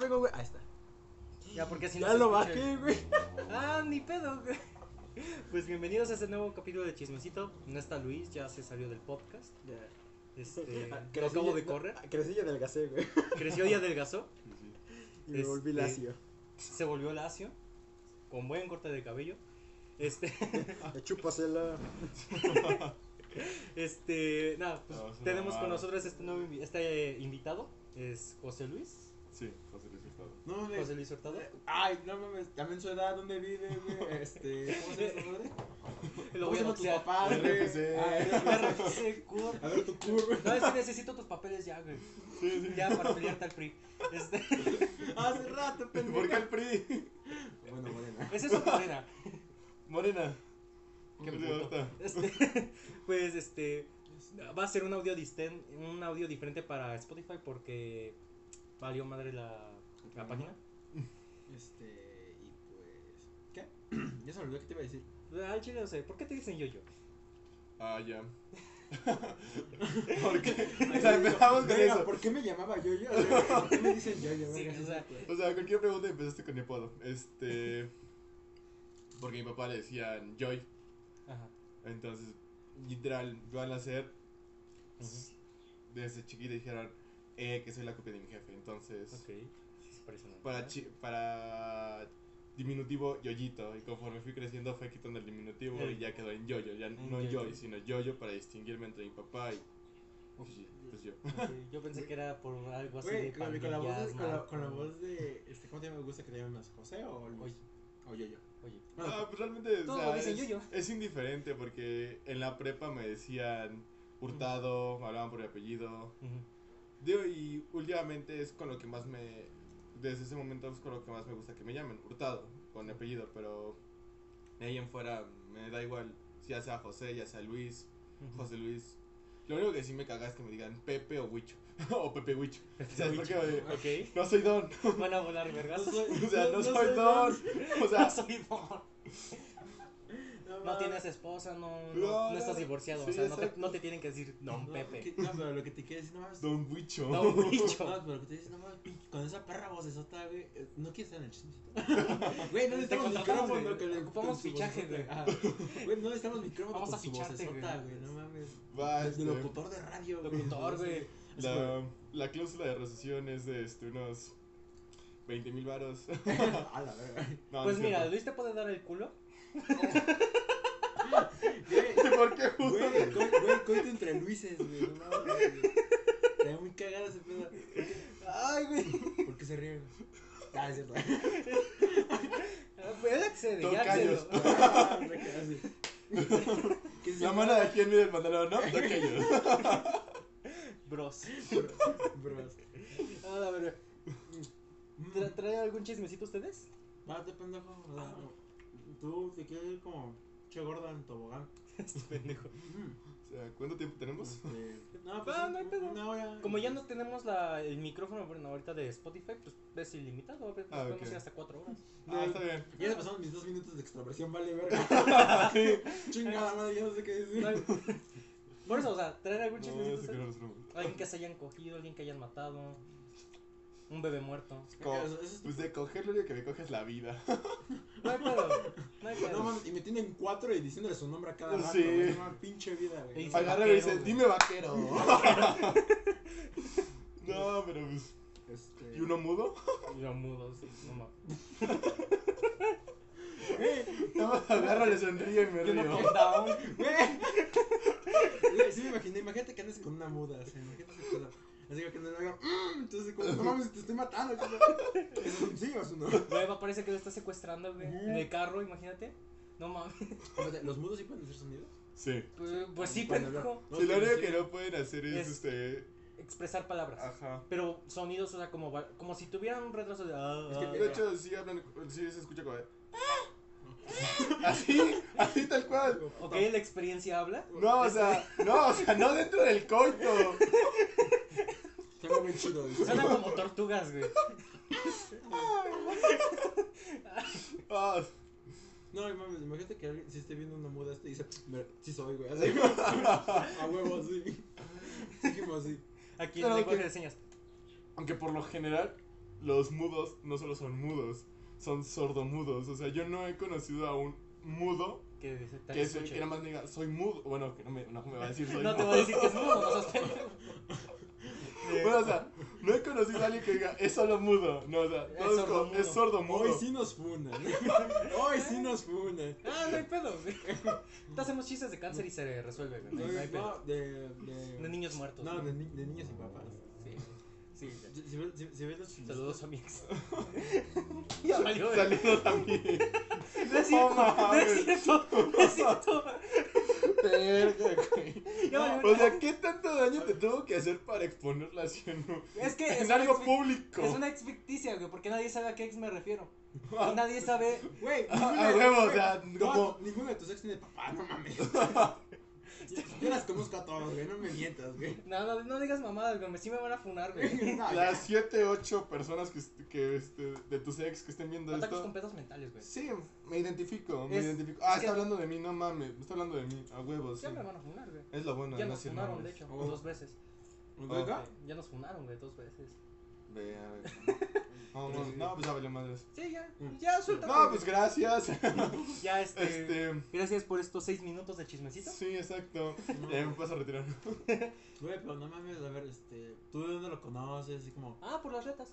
tengo, güey. Ahí está. Ya, porque así Ya no se lo escucha. bajé, güey. Ah, ni pedo, güey. Pues bienvenidos a este nuevo capítulo de Chismecito. No está Luis, ya se salió del podcast. Eh, Este, Ah, lo acabo y- de correr. ah, Crecí y adelgacé, güey. Creció y adelgazó. Y me volví Este, lacio. Se volvió lacio. Con buen corte de cabello. Este, Ah. Me chupasela. este, nada, pues No, es una tenemos con mamada. nosotros este nuevo invi- este eh, invitado. Es José Luis. Sí, José Luis Hurtado. No José mames. Luis Hurtado. Ay, no mames. También su edad, ¿dónde vive, güey? Este. ¿Cómo se llama tu madre? Lo ¿Cómo se llama voy a tu boxear. papá, güey? RFC. Ah, RFC. Ese culo. A ver tu curva. No, es que necesito tus papeles ya, güey. Ya para pelearte al PRI. Este, Hace rato, ¿Por qué pendejo. el PRI? Bueno, morena. esa es su carrera. Morena. Qué Sí, puto. ahorita. Este, pues este va a ser un audio disten- un audio diferente para Spotify porque valió madre la, la página. Este. Y pues. ¿Qué? Ya se me olvidó que te iba a decir. Al chile no sé, ¿por qué te dicen yo yo? Ah, ya. ¿Por qué? O sea, empezamos con Verga, eso. ¿Por qué me llamaba yo yo? O sea, ¿Por qué me dicen yo yo? Sí, Verga, o sea, sí, pues. güey. O sea, cualquier pregunta empezaste con mi apodo. Este. Porque a mi papá le decían Joy. Ajá. Entonces, literal, yo al nacer, Ujú. desde chiquita dijeron eh, que soy la copia de mi jefe. Entonces, Ok. Sí, parece una- para, chi- para diminutivo, Yoyito. Y conforme fui creciendo, fue quitando el diminutivo y ya quedó en Yoyo. Ya no Yoyo. Joy, sino Yoyo para distinguirme entre mi papá y. y- Pues yo. Ok, Yo pensé que era por algo así Güey, de con, con la voz, pandillas, de- con, la, narco. con la voz de. Este, ¿Cómo te llama? me gusta que te llamen más? ¿José o Luis? Oye, O yo yo. oye. Bueno, Ah, pues realmente. Todos lo dicen es, Yoyo. es indiferente porque en la prepa me decían Hurtado, me hablaban por mi apellido. Ujú. Digo, y últimamente es con lo que más me. Desde ese momento es con lo que más me gusta que me llamen. Hurtado, con mi apellido, pero. De ahí en fuera me da igual. Si ya sea José, ya sea Luis, Ujú. José Luis. Lo único que sí me caga es que me digan Pepe o Huicho. o Pepe Huicho. O sea, es porque eh, Ok. no soy Don. Van a volar Pues, vergas. O sea, no, soy Don. O sea, No soy don. No mames. tienes esposa, no, no, No, no estás no. divorciado. Sí, o sea, no te, exacto. no te tienen que decir don No, Pepe. que- No, pero lo que te quiero decir nomás. No, Don Huicho. Don Huicho. pero lo que te dices nomás. Con esa perra vocesota, güey. eh, No quieres estar en el chismecito. Güey, no necesitamos contratamos, micrófono. güey. con el- Ocupamos con su fichaje, vocesota. güey. Ajá. Ah, Güey, no necesitamos micrófono. Vamos con a su ficharte, vocesota, güey. güey. No mames. Va, De este, locutor de radio, güey. Locutor, güey. la, la cláusula de rescisión es de este, unos 20 mil varos. A la verga. No, Pues no es mira, cierto. Luis te puede dar el culo. Güey, ¿Por qué justo? Güey, co- güey, coito entre Luises, güey. No mames, güey. Te da muy cagada ese pedo. Ay, güey. ¿Por qué se ríen? Ah, es cierto. Pues Él accede, ya Tocayos. accedió. Ah, me quedé así. ¿Qué se La llama? mano de aquí en medio del pantalón, ¿no? Toca ellos. Bros. Bros. A Ah, la verga. ¿Tra- ¿Trae algún chismecito ustedes? Mate, pendejo. o sea, Tú te quieres ir como che gorda en tobogán. Este pendejo. Ujú. O sea, ¿cuánto tiempo tenemos? Este, no, pues, Mm, Ah, no hay un- pedo. una hora. Como ya no tenemos la, el micrófono bueno, ahorita de Spotify, pues es ilimitado. A ver, Ah, nos podemos ok. ir hasta cuatro horas. Ah, está bien. Ya se pasaron mis dos minutos de extroversión, vale, Ah, verga. Chingada madre, ya no sé qué No hay- decir. Por eso, o sea, traer algún No, chismecito ya sé que no ustedes. los nombres. Alguien que se hayan cogido, alguien que hayan matado. Un bebé muerto. Como, Eso- eso es- pues de coger lo único que me coge es la vida. No hay pedo. No hay No pedo. mames, y me tienen cuatro y diciéndole su nombre a cada rato. Sí. güey, no mames, pinche vida, güey. Y se- Agarra y me dice, vaquero, dime vaquero. No, pero pues. Este... ¿Y uno mudo? Y lo mudo, sí, no mames. eh, Nada más agarra, le sonríe y me Yo no río. down. Güey. Güey, eh. sí me imaginé, imagínate que andes con una muda, o sea, imagínate esa cosa. Así que no haga, "Mm", entonces como, no mames, te estoy matando. cabrón". ¿Es un sí o es un no? Güey, va, parece que lo está secuestrando, güey. Ujú. En el carro, imagínate. No mames. Espérate, ¿Los mudos sí pueden hacer Ah, sonidos? Sí. Pues, pues sí, Cuando pendejo. hablan. Si lo único sí. que no pueden hacer es Es- este. Expresar palabras. Ajá. Pero sonidos, o sea, como, va- como si tuvieran un retraso de. ah, Es que, ah, De ah. hecho, sí hablan. Sí se escucha como. de, "Ah, Así, así tal cual. ah. Ok, la experiencia habla. No, o sea, no, o sea, no dentro del coito. Suena muy chido. dice. Suena como tortugas, güey. Ah, No, y mames, imagínate que alguien, si esté viendo una muda, este dice, "Me- sí soy, güey. Así, a huevo, así. Así como así. Aquí Pero el lenguaje que- de señas. aunque por lo general los mudos no solo son mudos, son sordomudos. O sea, yo no he conocido a un mudo Que, se- que, se- escuche. que nada más diga, soy mudo. Bueno, que no me, no me va a decir soy No te mudo. voy a decir que es mudo, no seas pendejo. Bueno, o sea, no he conocido a alguien que diga, es solo mudo. No, o sea, Es todos sordo con- es mudo. sordo mudo. Hoy sí nos funan. Hoy sí nos funan. Ah, no hay pedo. güey. Te hacemos chistes de cáncer y se resuelve, güey. No hay- no hay pedo. No, de, de, De niños muertos. No, güey. de, ni- de niños y papás. Sí. Sí. güey. Si, si ves- si- si ves los Saludos a mi ex. Ya valió, güey. Salido también. No es cierto, No no es mames. cierto, no es cierto. Verga, güey. Ya valió, O güey. sea, ¿qué tanto daño te tuvo que hacer para exponerla así en, un- Es que en es una, algo ex, público? es una ex ficticia, güey, porque nadie sabe a qué ex me refiero. Y nadie sabe. Güey, Ah, ninguna- a huevo, güey, o sea, no, como- Ninguno de tus ex tiene papá, no mames. Yo las conozco a todos, güey, no me mientas, güey. No, no, no digas mamadas, güey, sí me van a funar, güey. No, ya. Las 7, 8 personas que, est- que este, de tus ex que estén viendo Atacos con esto. pedos mentales, güey. Sí, me identifico, me Es- identifico. Ah, es que- está hablando de mí, no mames. Está hablando de mí, a huevos. sí. Ya me van a funar, güey. Es lo bueno de Ya no nos decir funaron, de nombres. hecho, Oh. dos veces. Eh, Oiga, Ya nos funaron, güey, dos veces. Verga. No, no, no, pues ya valió madres. Sí, ya, Mm. ya suelta. No, pues gracias. Ya, este, Este. Gracias por estos seis minutos de chismecito. Sí, exacto. no, Ya me paso a retirar. Güey, pero no mames, a ver, este. ¿Tú de dónde lo conoces? Así como. Ah, por las retas.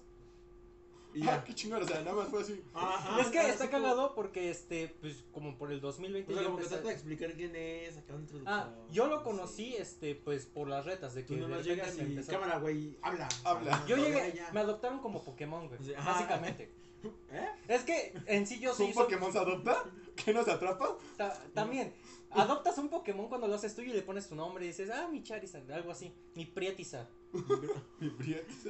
Y Ah, ya. qué chingón, o sea, nada más fue así. Ah, ah, es que ah, está así como- cagado porque, este, pues, como por el 2020 O sea, yo como que empecé- trata de explicar quién es, acá un traductor. Ah, yo lo sí. conocí, este, pues, por las retas de que Tú de nomás repente llegas me y. empezó- Cámara, güey, habla. Habla. Yo llegué, Ya, ya. me adoptaron como Pokémon, güey, Sí, ajá. básicamente. ¿Eh? Es que en sí yo sí ¿Un soy- Pokémon se adopta? ¿Qué nos atrapa? ta- también adoptas un Pokémon cuando lo haces tuyo y le pones tu nombre y dices, "Ah, mi Charizard", algo así, mi Prietizar. Mi Prietis.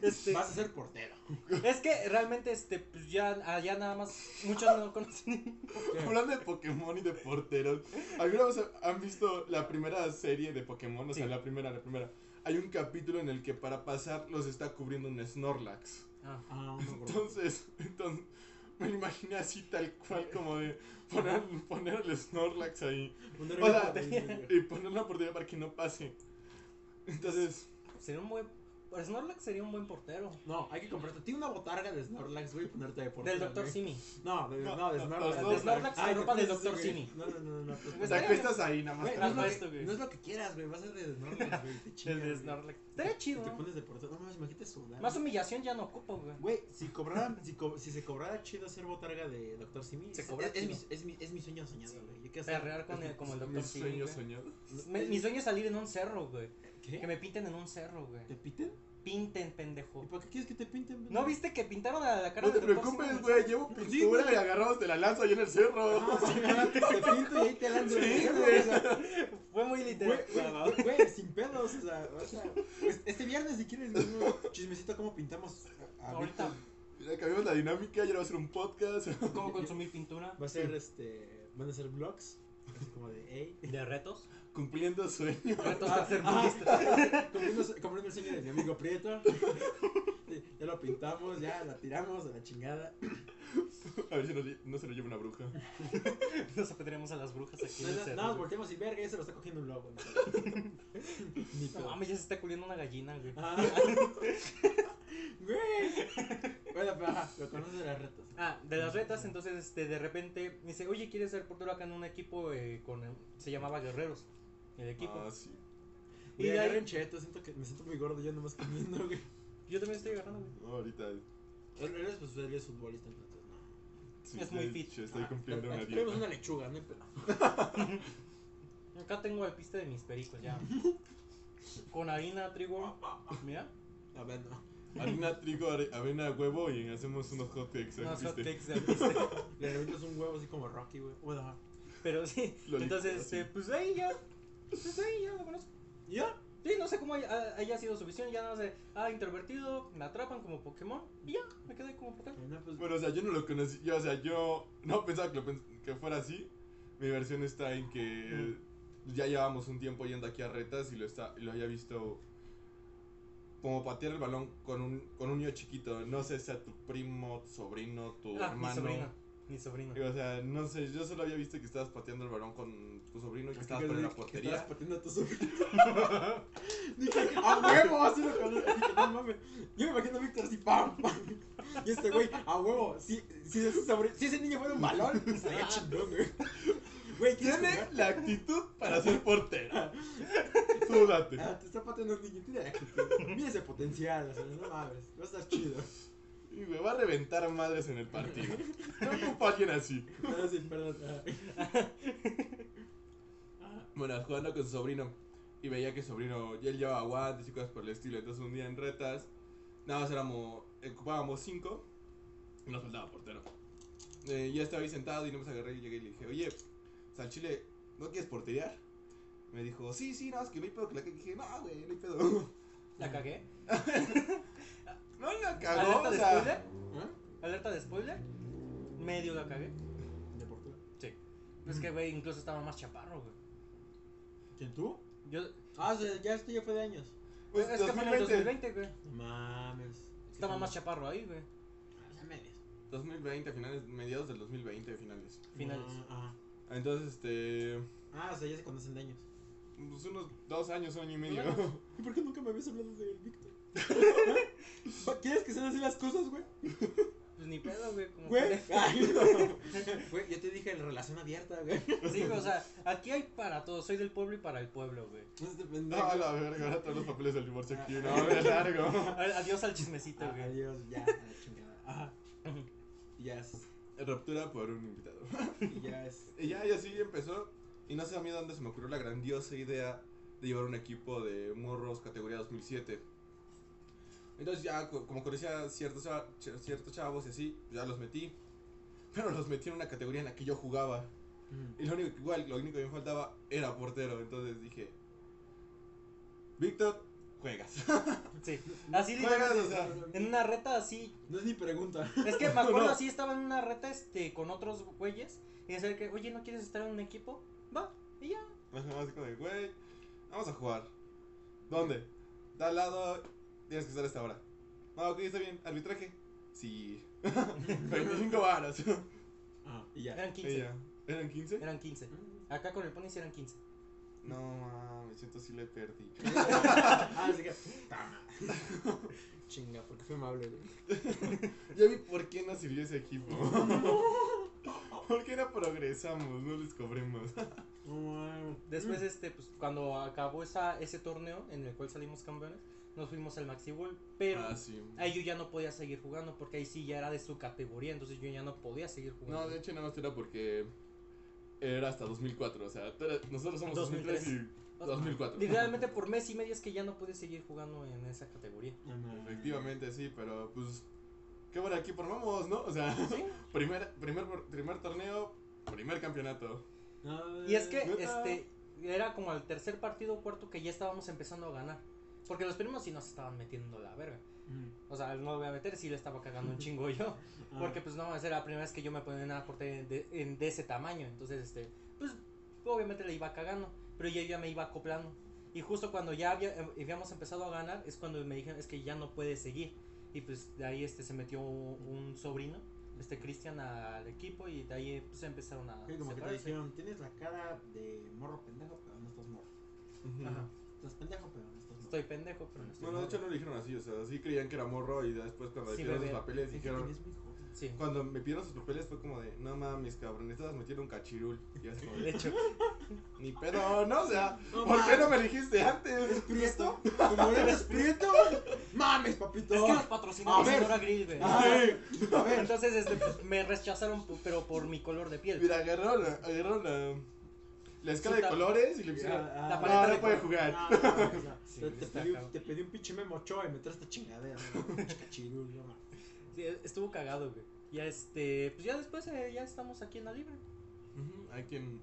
Este, Vas a ser portero. es que realmente este pues ya allá nada más muchos no conocen. Hablando de Pokémon y de porteros, ¿alguna vez han visto la primera serie de Pokémon? O sea, Sí. la primera, la primera. Hay un capítulo en el que para pasar los está cubriendo un Snorlax. Ah, Ah, no, me acuerdo. Entonces, entonces me lo imaginé así tal cual como de poner, poner el Snorlax ahí Un O sea, error tenía- de- y poner una portería para que no pase. Entonces, sería un buen pues, Snorlax sería un buen portero. No, hay que comprarte. Tiene una botarga de Snorlax, güey, y ponerte de portero. Del Dr. güey. Simi. No, de, No, no, de no, Snorlax. los dos. Snorlax, Ay, ropa de del Dr. güey. Simi. No, no, no, no. no. o Pues sea, que estás ahí nada más. Güey, no, Hazlo es lo que- esto, güey. no es lo que quieras, güey. Vas a ser de Snorlax, güey. Te chingas, Del güey. Snorlax. Estaría chido. Te ¿no? pones de portero. No mames, imagínate sudar. Más humillación ya no ocupo, güey. Güey, si cobraran, si, co- si se cobrara chido hacer botarga de Dr. Simi, Se es- cobra es, es mi, chido. es, mi, es mi sueño soñado, Sí. güey. Yo quiero hacer- Perrear con el, como el Mi Dr. Simi. sueño güey. soñado. Me- mi sueño es salir en un cerro, güey. ¿Qué? Que me pinten en un cerro, güey. ¿Te piten? Pinten, ¿Y pendejo. por qué quieres que te pinten? ¿No viste que pintaron a la cara No te del Dr. Simi en preocupes, el güey, cerro? llevo pintura y agarramos de la lanza ahí en el cerro. Ah, sí, ah, te pinto y ahí te lanzo. Sí, el- güey. o sea, Fue muy literal. Güey, güey, güey, sin pedos, o sea, o sea, pues, este viernes si quieres un chismecito cómo pintamos a- a Ahorita, Víctor. Mira, cambiamos la dinámica, ya no va a ser un podcast. ¿cómo consumir pintura? va a ser este, van a ser vlogs, así como de, hey, ¿De retos? Cumpliendo sueños. Retos Ah, tercermundistas. comprendo, comprendo el sueño de mi amigo Prieto. Sí, Ya lo pintamos, ya la tiramos a la chingada. A ver si nos- no se lo lleva una bruja. Nos apedremos a las brujas aquí en el Entonces, nada, cerro. nos güey. volteamos y verga, ya se lo está cogiendo un lobo. Ni No pedo. mames, ya se está culiendo una gallina, güey. Ah. Güey. Bueno, pero ajá, lo conoces de las retas. Ah, de las retas, entonces este, de repente me dice, oye, ¿quieres ser portero acá en un equipo eh, con... eh, Se llamaba Guerreros, el equipo. Ah, sí. Y Y de ahí- agarren cheto, siento que me siento muy gordo ya nomás comiendo, güey. Yo también estoy agarrando, güey. No, ahorita. Él, él es, pues, él es futbolista, entonces no. sí, Es muy estoy- fit. yo Estoy Ah, cumpliendo pero- una Tenemos dieta. una lechuga, no hay pedo. Acá tengo el piste de mis pericos ya. Con harina, Ah, trigo. Mira. A ver, no. Harina, trigo, are- avena, huevo y hacemos unos hot cakes. Unos hot ¿viste? cakes de piste. Le reventas un huevo así como Rocky, güey. Bueno, ajá. Pero sí. Lolita, Entonces, este, sí. pues ahí ya. Pues ahí ya lo conozco. ¿Y ¿Ya? Sí, no sé cómo haya, ha- haya sido su visión. Ya no sé. Ah, introvertido. Me atrapan como Pokémon. Y ya. Me quedé como portero. No, pues, Bueno, o sea, yo no lo conocí. Yo, o sea, yo no pensaba que, lo pens- que fuera así. Mi versión está en que ya llevábamos un tiempo yendo aquí a retas y lo, está, y lo había visto como patear el balón con un, con un niño chiquito. No sé, sea tu primo, tu sobrino, tu Ah, mi hermano. sobrina. mi sobrino. Y, o sea, no sé, yo solo había visto que estabas pateando el balón con tu sobrino y que estabas poniendo la Que estabas partiendo portería. a tu sobrino. Dije, a huevo, así lo conozco. Dije, no mames. Yo me imagino a Víctor así, pam, pam. Y este güey, a huevo. Si, si, ese, sobrino- si ese niño fuera un balón, estaría chingón, güey. Güey, ¿quieres Tiene jugar? la actitud para ser portera. Súdate. Ah, te está pateando un niño. Tiene actitud. Mira ese potencial, o sea, no mames. Va a estar chido. Y me va a reventar a madres en el partido. No ocupo a alguien así. No, sí, perdón. ah. Bueno, jugando con su sobrino. Y veía que su sobrino, y él llevaba guantes y cosas por el estilo. Entonces un día en retas, nada más éramos, ocupábamos cinco y nos faltaba portero. Eh, ya estaba ahí sentado y no me agarré y llegué y le dije, oye, Salchile, ¿no quieres porterear? Me dijo, sí, sí, nada más que no hay pedo que la cague. Y dije, no, güey, no hay pedo. ¿La cagué? No la cagó, ¿Alerta o de sea, spoiler? ¿Ah? ¿Alerta de spoiler? Medio la cagué. ¿De por qué? Sí. Es que, güey, incluso estaba más chaparro, güey. ¿Quién tú? Yo... Ah, o sea, ya esto ya fue de años. Pues, es que fue en el 2020, 2020, güey. No mames. Estaba más chaparro ahí, güey. chaval. Ya me des. 2020, finales, mediados del 2020, finales. Finales. Ah, Entonces, este, ah. Ah, o sea, ya se conocen de años. pues unos dos años, año y medio. ¿Y por qué nunca me habías hablado del Víctor? ¿Pa- ¿Quieres que sean así las cosas, güey? Pues ni pedo, güey. Como Güey. que- Ay, no. Güey, yo te dije la relación abierta, güey. Sí, güey, o sea, aquí hay para todo. Soy del pueblo y para el pueblo, güey. No es de No, pendejo. a la verga, ahora todos los papeles del divorcio aquí. No, es largo. A- Adiós al chismecito, Ah, güey. adiós, ya, a la chingada. Ajá. Y ya es. Ruptura por un invitado. y ya es. Y ya, y así empezó. Y no sé a mí dónde se me ocurrió la grandiosa idea de llevar un equipo de morros categoría 2007. Entonces ya, co- como conocía ciertos, cha- ch- ciertos chavos y así, pues ya los metí. Pero los metí en una categoría en la que yo jugaba. Y lo único que igual, lo único que me faltaba era portero. Entonces dije, Víctor, juegas. Sí. Así Juegas, literalmente, o sea, En una reta así. No es mi pregunta. Es que me acuerdo No. así, estaba en una reta este, con otros güeyes. Y decía que, oye, ¿no quieres estar en un equipo? Va, y ya. Ajá, Pues así como de, güey, vamos a jugar. ¿Dónde? De al lado, tienes que estar a esta hora. No, ok, está bien. ¿Arbitraje? Sí. 25 varas. Ajá. Y ya. Eran 15. Y ya. ¿Eran 15? Eran 15. Acá con el pony sí eran 15. No, mames, siento si le perdí. ah, así que. tama. Chinga, porque fue amable, güey. Ya vi por qué no sirvió ese equipo. Porque no progresamos, no les cobremos. No mames. Mm. Después, este, pues, cuando acabó esa, ese torneo en el cual salimos campeones, nos fuimos al Maxi World, pero Ah, sí. ahí yo ya no podía seguir jugando porque ahí sí ya era de su categoría, entonces yo ya no podía seguir jugando. No, de hecho, nada más era porque era hasta 2004. O sea, tú eres- nosotros somos 2003, 2003. y 2004. Literalmente por mes y medio es que ya no podía seguir jugando en esa categoría. No mames. Efectivamente, sí, pero pues. Qué bueno, aquí formamos, ¿no? O sea, Sí. primer, primer, primer torneo, primer campeonato. No, Y es que, Neta. este, era como al tercer partido o cuarto que ya estábamos empezando a ganar. Porque los primos sí nos estaban metiendo la verga. Mm. O sea, no lo voy a meter, sí le estaba cagando un chingo yo. Ah. Porque pues no, esa era la primera vez que yo me ponía en una portería de, en- de ese tamaño. Entonces, este, pues obviamente le iba cagando, pero yo ya me iba acoplando. Y justo cuando ya había- eh, habíamos empezado a ganar, es cuando me dijeron, es que ya no puede seguir. Y pues de ahí este, se metió un sobrino, este Cristian, al equipo y de ahí pues empezaron a... Ok, como que te separarse. dijeron, tienes la cara de morro pendejo, pero no estás morro. Ajá. Estás pendejo, pero no estás morro. Estoy pendejo, pero no estoy... No, no, de hecho no lo dijeron así, o sea, sí creían que era morro y después cuando Sí, le pidieron me sus ve- papeles Es que dijeron. te ves muy joven. Sí. Cuando me pidieron sus papeles fue como de, no mames, cabrón, estás metiendo un cachirul. Y ya es como De de, hecho, ni pedo, no, o sea, No ¿por qué mames. no me dijiste antes? ¿Eres prieto? ¿Como eres prieto? ¡Mames, papito! es que nos patrocinó A ver. Sonora Grill, güey. Ay, a ver. Entonces, este, pues, me rechazaron, pero por mi color de piel. Mira, agarraron, la- agarraron la, la escala Su de tab- colores y le pusieron. Ah, la ah, paleta No, de no puede color. jugar. ah, no, no, no, no. Sí, te, te está pedí, cabrón. te pedí un pinche memo choa y me traes esta chingadera. ¿no? Cachirul, no mames. Sí, e, estuvo cagado, güey. Ya este, pues ya después eh, ya estamos aquí en la libre. Ujú, Hay quien.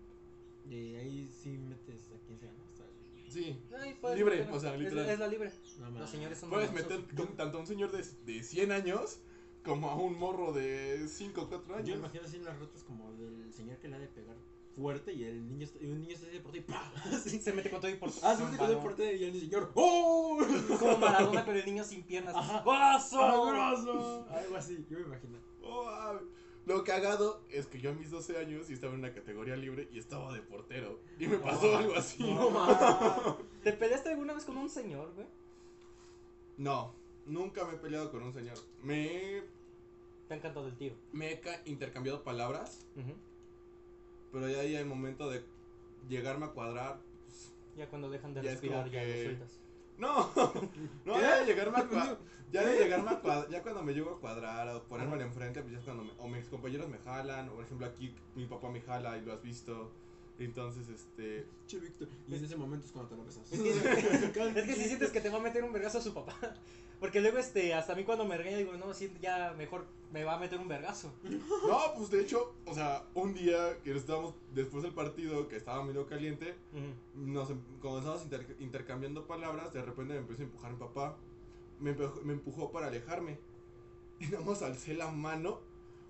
Y ahí sí metes a quien sea, ¿no? Está bien. Sí, Ahí puedes Libre, meter- o sea, es- literal. Es, la libre. No Los mames. señores son Puedes malosos. meter con- tanto a un señor de, de 100 años como a un morro de 5 o 4 Yo me años. imagino así las rutas como del señor que le ha de pegar fuerte y el niño está- y un niño está así de porte y ¡pam! Así. Se mete con todo y por Ah, se mete con el balón. portero y el señor ¡Oh! Como Maradona con el niño sin piernas. ¡Oh, Ajá. ¡Golazo! ¡Sabroso! Algo así, yo me imagino. Oh, ah, Lo cagado es que yo a mis 12 años y estaba en una categoría libre y estaba de portero. Y me pasó No, algo así. no. No. mames. ¿Te peleaste alguna vez con un señor, güey? nunca me he peleado con un señor. Me, he- Te ha encantado el tiro. me he ca- intercambiado palabras, Ujú. pero ya ahí el momento de llegarme a cuadrar. Ya cuando dejan de Ya es respirar, como ya lo que- sueltas. No, no, ¿Qué? ya de llegarme a cuadrar. Ya de llegarme a cuadrar, ya cuando me llego a cuadrar o ponerme enfrente, pues ya es cuando me- o mis compañeros me jalan, o por ejemplo aquí mi papá me jala y lo has visto. Entonces, este, Che, Víctor. Y en ese momento es cuando te lo besas. Es que si sientes que te va a meter un vergazo su papá. Porque luego, este, hasta a mí cuando me regaña, digo, no, sí, ya mejor me va a meter un vergazo. No, pues de hecho, o sea, un día que estábamos después del partido, que estaba medio caliente, Ujú. nos em- comenzamos inter- intercambiando palabras, de repente me empezó a empujar mi papá, me empujó, me empujó para alejarme, y nada más alcé la mano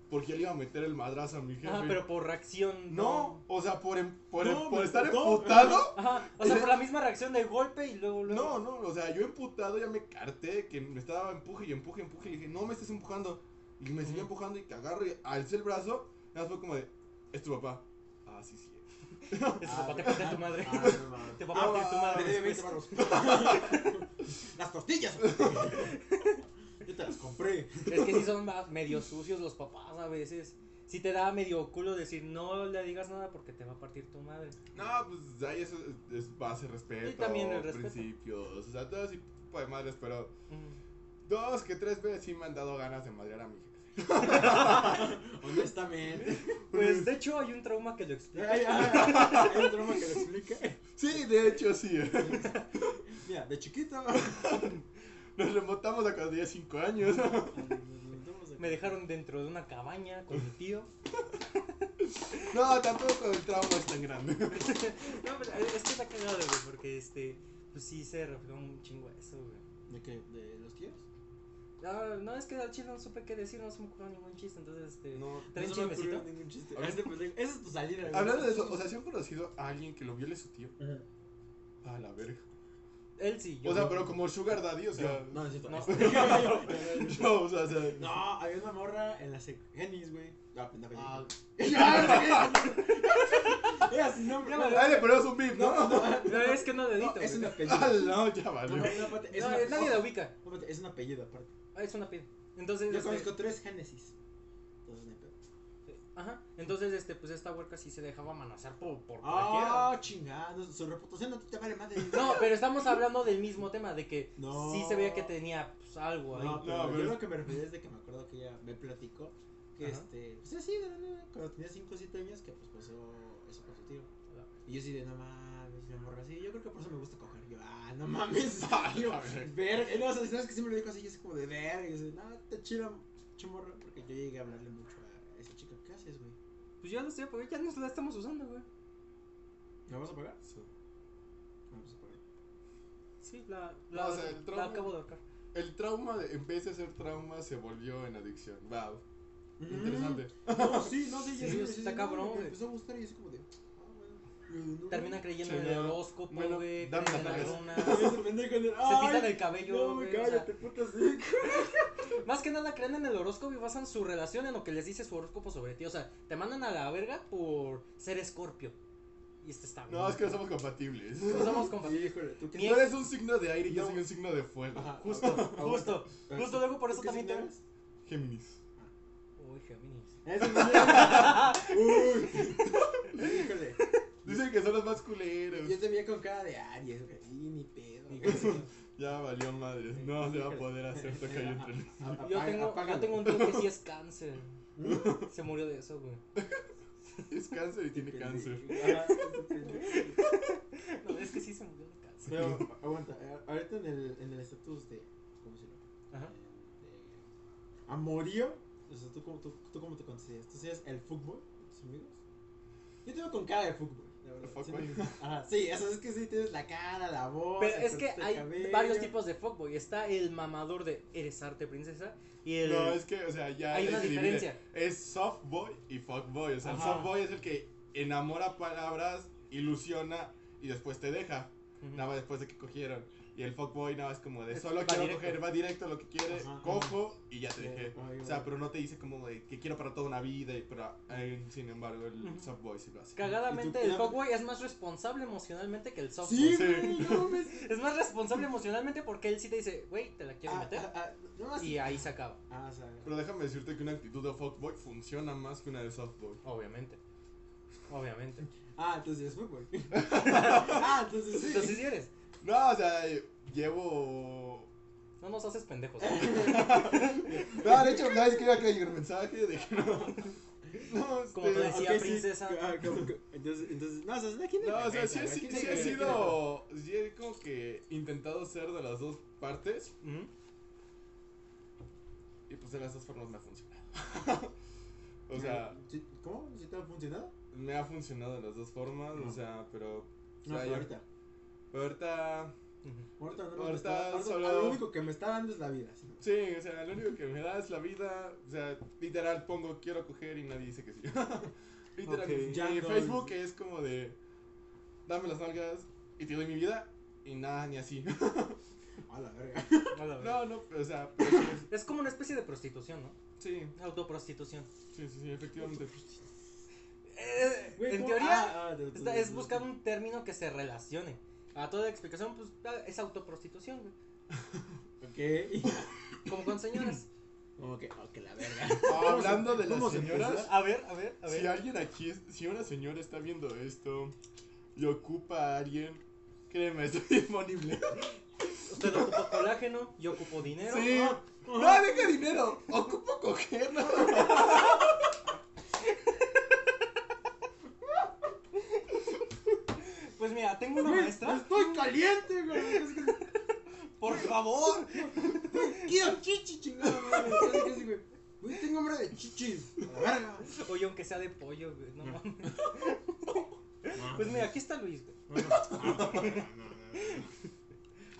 porque ya le iba a meter el madrazo a mi jefe. Ajá, Ah, pero por reacción. No, o sea, por, em- por, em- No, por me estar empujó. emputado. Ajá, o sea, por la misma reacción de golpe y luego, luego. No, no, o sea, yo emputado ya me carté, que me estaba empuje y empuje, empuje, y le dije, no me estés empujando. Y me siguió Ujú. empujando y que agarro y alcé el brazo, nada más fue como de, es tu papá. Ah, sí, sí. Es tu papá te parte tu madre. Ah, no mames. Te va a partir tu madre. Te debe después. 20 varos. Las tortillas. Yo te las compré. Es que sí son más medio sucios los papás a veces. Si te da medio culo decir no le digas nada porque te va a partir tu madre. No, pues ahí eso es, es base respeto, Y también el respeto. principios, o sea, todo ese tipo de madres, pero Mm. dos que tres veces sí me han dado ganas de madrear a mi jefe. Honestamente. Pues de hecho hay un trauma que lo explica. Ay, ah. ay, ay. Hay un trauma que lo explica. Sí, de hecho sí. Mira, de chiquito. Nos remontamos a cuando tenía cinco años. Me dejaron dentro de una cabaña con mi tío. No, tampoco el trauma es tan grande. No, pero eh, es que está cagado, güey, porque este, pues sí se reflejó un chingo eso, güey. ¿De qué? ¿De los tíos? No, no, es que al chile no supe qué decir, no se me ocurrió ningún chiste, entonces este. No. ¿Traen No se me ocurrió chismecito? ningún chiste. Este pendejo- Esa es tu salida. güey. Hablando de eso, o sea, ¿se han conocido a alguien que lo viole su tío? Ajá. A la verga. Él sí, yo. O sea, no. pero como Sugar Daddy, o sea. No, no es cierto. No. Este- Yo, o sea, o sea. No, había una morra en la sec... Genis, güey. Ah, pendejo. Ah. ya. Era sin nombre. Ya No, valió. Ahí Ah, le ponemos un beat, no, ¿no? no. No, es que no dedito. No, es un güey. apellido. Ah, no, ya No, valió. no, aparte, es No, una- eh, nadie la ubica. No, espérate, Es un apellido aparte. Ah, Es una piedra. Entonces, Yo este, conozco tres Génesis. Entonces, no hay pedo. Ajá. Entonces, este, pues esta huerca sí se dejaba manasear por, por cualquiera. Ah, chingada. Su reputación no te vale madre. No, pero estamos hablando del mismo tema, de que No. sí se veía que tenía pues, algo ahí. No, pero, No, pero yo es- lo que me refería es de que me acuerdo que ella me platicó que Ajá. este, pues así, de la nada, cuando tenía 5 o 7 años, que pues pasó eso con su tío. Y yo así de, no mames, la morra así, yo creo que por eso me gusta coger. Yo, ah, no mames, yo, verga. Y No, o sea, sabes que siempre lo dijo así, yo así como de verga. Y yo así, no, te chida, chumorra, porque yo llegué a hablarle mucho a esa chica. ¿Qué haces, güey? Pues ya lo sé, porque ya nos la estamos usando, güey. ¿La vas a pagar? Sí. No, vas a pagar. Sí, la, la, No, o sea, la el trauma- acabo de ahorcar. El trauma, de, en vez de ser trauma, se volvió en adicción. Wow, interesante. Mm. No, sí, no, sí, ya Sí, sí, está sí, sí, no, cabrón, me güey. empezó a gustar y yo así como de, ah, bueno. no, Terminan creyendo en el Chingado. horóscopo, Bueno, güey. dame creen en la la verga. luna. Ese pendejo en el- Se pintan ¡Ay! el cabello, No, güey. güey, o sea, cállate, puta sí. más que nada creen en el horóscopo y basan su relación en lo que les dice su horóscopo sobre ti. O sea, te mandan a la verga por ser escorpio. Y este está No, es que no somos compatibles. No Tú somos compatibles. Híjole, tú Mi qué. ex- eres un signo de aire y yo No. soy un signo de fuego. Ajá. Justo, justo. Justo luego por eso ¿Tú Ah, qué también te signo Géminis. Uy, Géminis. eres? Ese pendejo. Uy. Híjole. Dicen que son los más culeros. Yo te veía con cara de Aries, güey. Y ni pedo. Ni güey. Ya valió madre. Sí, No se va a híjole. poder hacer toca yo entre nosotros. A- apaga- Yo tengo, yo apágalo. tengo un tío que sí es cáncer. Se murió de eso, güey. Es cáncer y tiene cáncer. Ajá, este pendejo. No, es que sí se murió de cáncer. Pero aguanta, eh, ahorita en el en el estatus de ¿cómo se llama? Ajá. De amorío, o sea, ¿tú cómo, tú, tú cómo te consideras? ¿Tú serías el fútbol de tus amigos? Yo te veo con cara de fútbol, la verdad. ¿El fuckboy? Sí, ajá, sí, o sea, es que sí tienes la cara, la voz. Pero el es que corte de hay cabello. varios tipos de fuckboy. Está el mamador de eres arte, princesa. Y el. No, es que, o sea, ya. Hay ahí una se divide. diferencia. Es soft boy y fuck boy. O sea, el Ajá. soft boy es el que enamora palabras, ilusiona y después te deja. Ujú. Nada más después de que cogieron. Y el fuckboy nada más como de Es- solo va quiero directo. coger, va directo lo que quiere, Ajá. cojo y ya te Sí, dejé. ay, O sea, ay. pero no te dice como de que quiero para toda una vida, y pero eh, sin embargo el Ujú. softboy sí lo hace. Cagadamente, ¿Y tú? el fuckboy es más responsable emocionalmente que el softboy. Sí, Sí. güey, no mames. Es más responsable emocionalmente porque él sí te dice, güey, te la quieres Ah, meter. ah, ah, no, así- Y ahí se acaba, Ah, o sea, Pero déjame decirte que una actitud de fuckboy funciona más que una de softboy. obviamente. Obviamente. ah, entonces es fuckboy. ah, entonces sí. Entonces, si eres, No, o sea, eh, llevo... no nos haces pendejos. Eh. No, de hecho, nadie quería que llegue el mensaje de que no. No, este, Como tú decías. Decía Ok, sí, princesa. ah, como que- entonces, entonces, no, o sea, ¿de quién es? No, o sea, Venga, sí, ¿de sí, quién sí, es? ha ¿De quién es? sido. Sí, he como que intentado ser de las dos partes. Ujú. Y pues de las dos formas me ha funcionado. o sea, ¿Sí- ¿cómo? ¿Sí te ha funcionado? me ha funcionado de las dos formas. O Ujú. sea, pero. No, o sea, pero yo- ahorita. pero ahorita. Ujú. Ahorita no me Ahorita está- ahorita solo- Lo único que me está dando es la vida. sí. Sí, o sea, lo único que me da es la vida. O sea, literal pongo quiero coger y nadie dice que sí. literal. Ok. que sí. Ya Y no- Facebook es como de. Dame las nalgas y te doy mi vida. Y nada, ni así. A la verga. A la verga. no, no, o sea, pero sí, es- Es como una especie de prostitución, ¿no? sí, Autoprostitución. sí, sí, sí, efectivamente. Eh, Güey, en ¿cómo? teoría, Ah, ah, de- está- de- es de- buscar un término que se relacione. A toda explicación, pues ah, es autoprostitución, güey. Ok. Como con señoras. Como que, ok, la verga. Hablando de las ¿Cómo se señoras. empezó? A ver, a ver, a ver. Si alguien aquí, es- si una señora está viendo esto y ocupa a alguien, créeme, estoy disponible. Usted ocupa colágeno, yo ocupo dinero. Sí. Ah, Ah. No, Ajá. deja dinero, ocupo cogerlo. Pues mira, tengo una Güey, maestra. Estoy caliente, güey. Es que- Por favor. Quiero chichi, chingada madre. ¿Sabes qué? Sí, güey. Güey, tengo hambre de chichis. A la verga. Oye, aunque sea de pollo, güey. No mames. Pues mira, aquí está Luis, güey. Ah,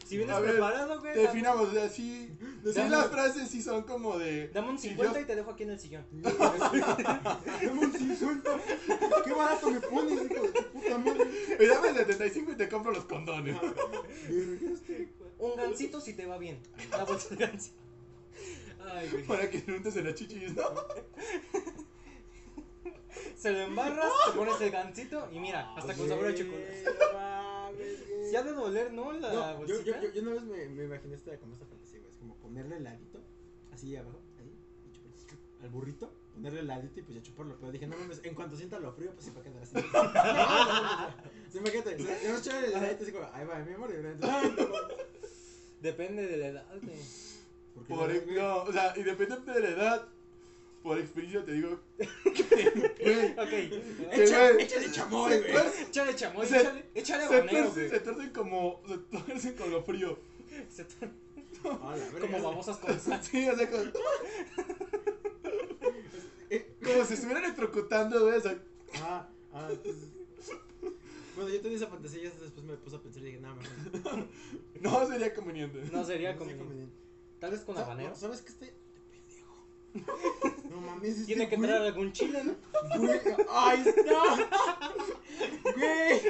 Si vienes A ver, preparado, güey. dame- Definamos, o sea, sí, sí Dame- las frases sí son como de... Dame un si 50 yo- y te dejo aquí en el sillón. Dame un 50. Qué barato me pones, hijo de tu puta madre. me dame el 75 y te compro los condones. Un gancito si te va bien. La bolsa de gansito. Ay, güey. Para que no te la chichis, ¿no? Se lo embarras, te pones el gancito y mira, hasta con sabor a chocolate. Si ha de doler, ¿no? La No, yo, yo, bolsita. yo, yo una vez me, me imaginé esta, como esta fantasía, güey. Es como ponerle heladito, así abajo, ahí, y chupar. Al burrito, ponerle heladito y pues ya chuparlo. Pero dije, no mames, en cuanto sienta lo frío, pues se va a quedar así. Se me queda, yo no echarle el heladito así como, ahí va, mi amor. Y ahora entonces, ay, no, Depende de la edad, güey. ¿por qué Por, le das, güey? no, o sea, independiente de la edad, por experiencia te digo... que- Ok. que, Echa- güey, Échale chamoy, güey. Pues, Échale chamoy, Se- échale, échale Se habanero, tuercen, güey. se tuercen como. Se tuercen con lo frío. Se tor- A Ah, la verga. Como babosas con sal. Sí, o sea, como, Eh, como si estuvieran electrocutando, güey. O sea, Ah, ah, entonces- Bueno, yo tenía esa fantasía y hasta después me puse a pensar y dije, nada, mejor. no no sería conveniente. No sería sería como. conveniente. Tal vez con Sa- habanero. no, ¿Sabes qué este? pendejo. No mames, este Tiene que güey- entrar algún chile, ¿no? güey- ¡Ay, no! ¡Güey!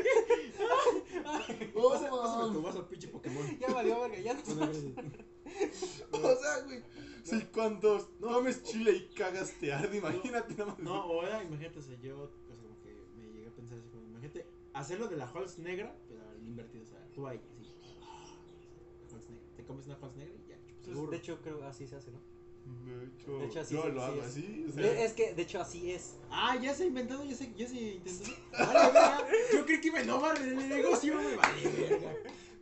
Pasa- Pásame tu vaso, pinche Pokémon. Ya valió, verga, ya. Bueno, gracias. O sea, güey. Si cuando comes chile y cagas te arde, imagínate nada más. No, o era, imagínate, o sea, yo, o sea, como que me llegué a pensar así, como, imagínate, hacerlo de la Halls negra, pero invertido, o sea, tú ahí, así. Halls negra. Te comes una Halls negra y ya, chupas el burro. Pues, De hecho, creo que así se hace, ¿no? De hecho, De hecho, así yo se- lo así hago es. así. O sea, Eh, Es que, de hecho, así es. Ah, ya se ha inventado, ya se, ya se intentó. Vale, verga. Yo creí que me no vale el negocio, me vale, verga.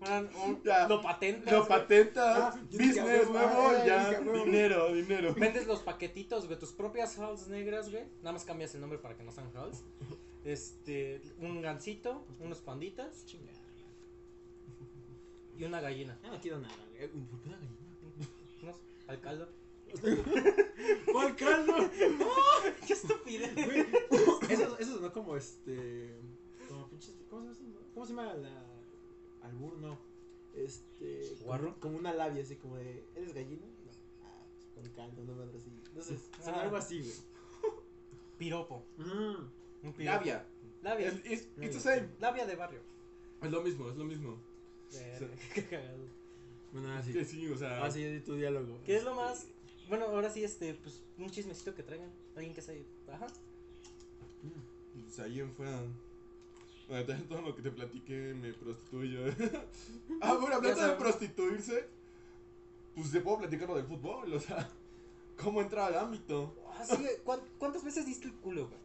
Una- un- Ya. Lo patentas. lo güey. patenta, Ah, yo dije, a business huevo, nuevo, eh, dije, ya. a huevo. Dinero, dinero. Vendes los paquetitos, güey, tus propias halls negras, güey. Nada más cambias el nombre para que no sean halls. Este, un gansito, unos panditas Chinga. y una gallina. Ya Ah, no quiero nada, güey. Eh, ¿Por qué una gallina? Unos al caldo. ¿Cuál caldo? ¡Qué estupidez! Güey, Eso, eso sonó como este. Como pinches. ¿Cómo se llama? eso, no? ¿Cómo se llama la. Albur, no. Este. como- ¿Guarro? Como, una labia, así como de. ¿Eres gallina? No. Ah, pues con caldo, no madre así. Entonces, sonó Ah. algo así, güey. Piropo. Mm. Un piropo. Labia. Labia. Es, es, it's the Labia. same. Labia de barrio. Es lo mismo, es lo mismo. Verga, qué cagado. Bueno, ahora Que sí. sí, o sea. Ahora Ah, sí, di tu diálogo. ¿Qué es lo más? Bueno, ahora sí, este, pues un chismecito que traigan. Alguien que se. Ajá. Mm. Pues ahí en fuera. La neta, todo lo que te platiqué me prostituyo. ah, bueno, hablando de sabemos. prostituirse, pues te puedo platicar lo del fútbol, o sea, cómo entra al ámbito. Ah, sí, güey, ¿cuán- ¿Cuántas veces diste el culo, güey?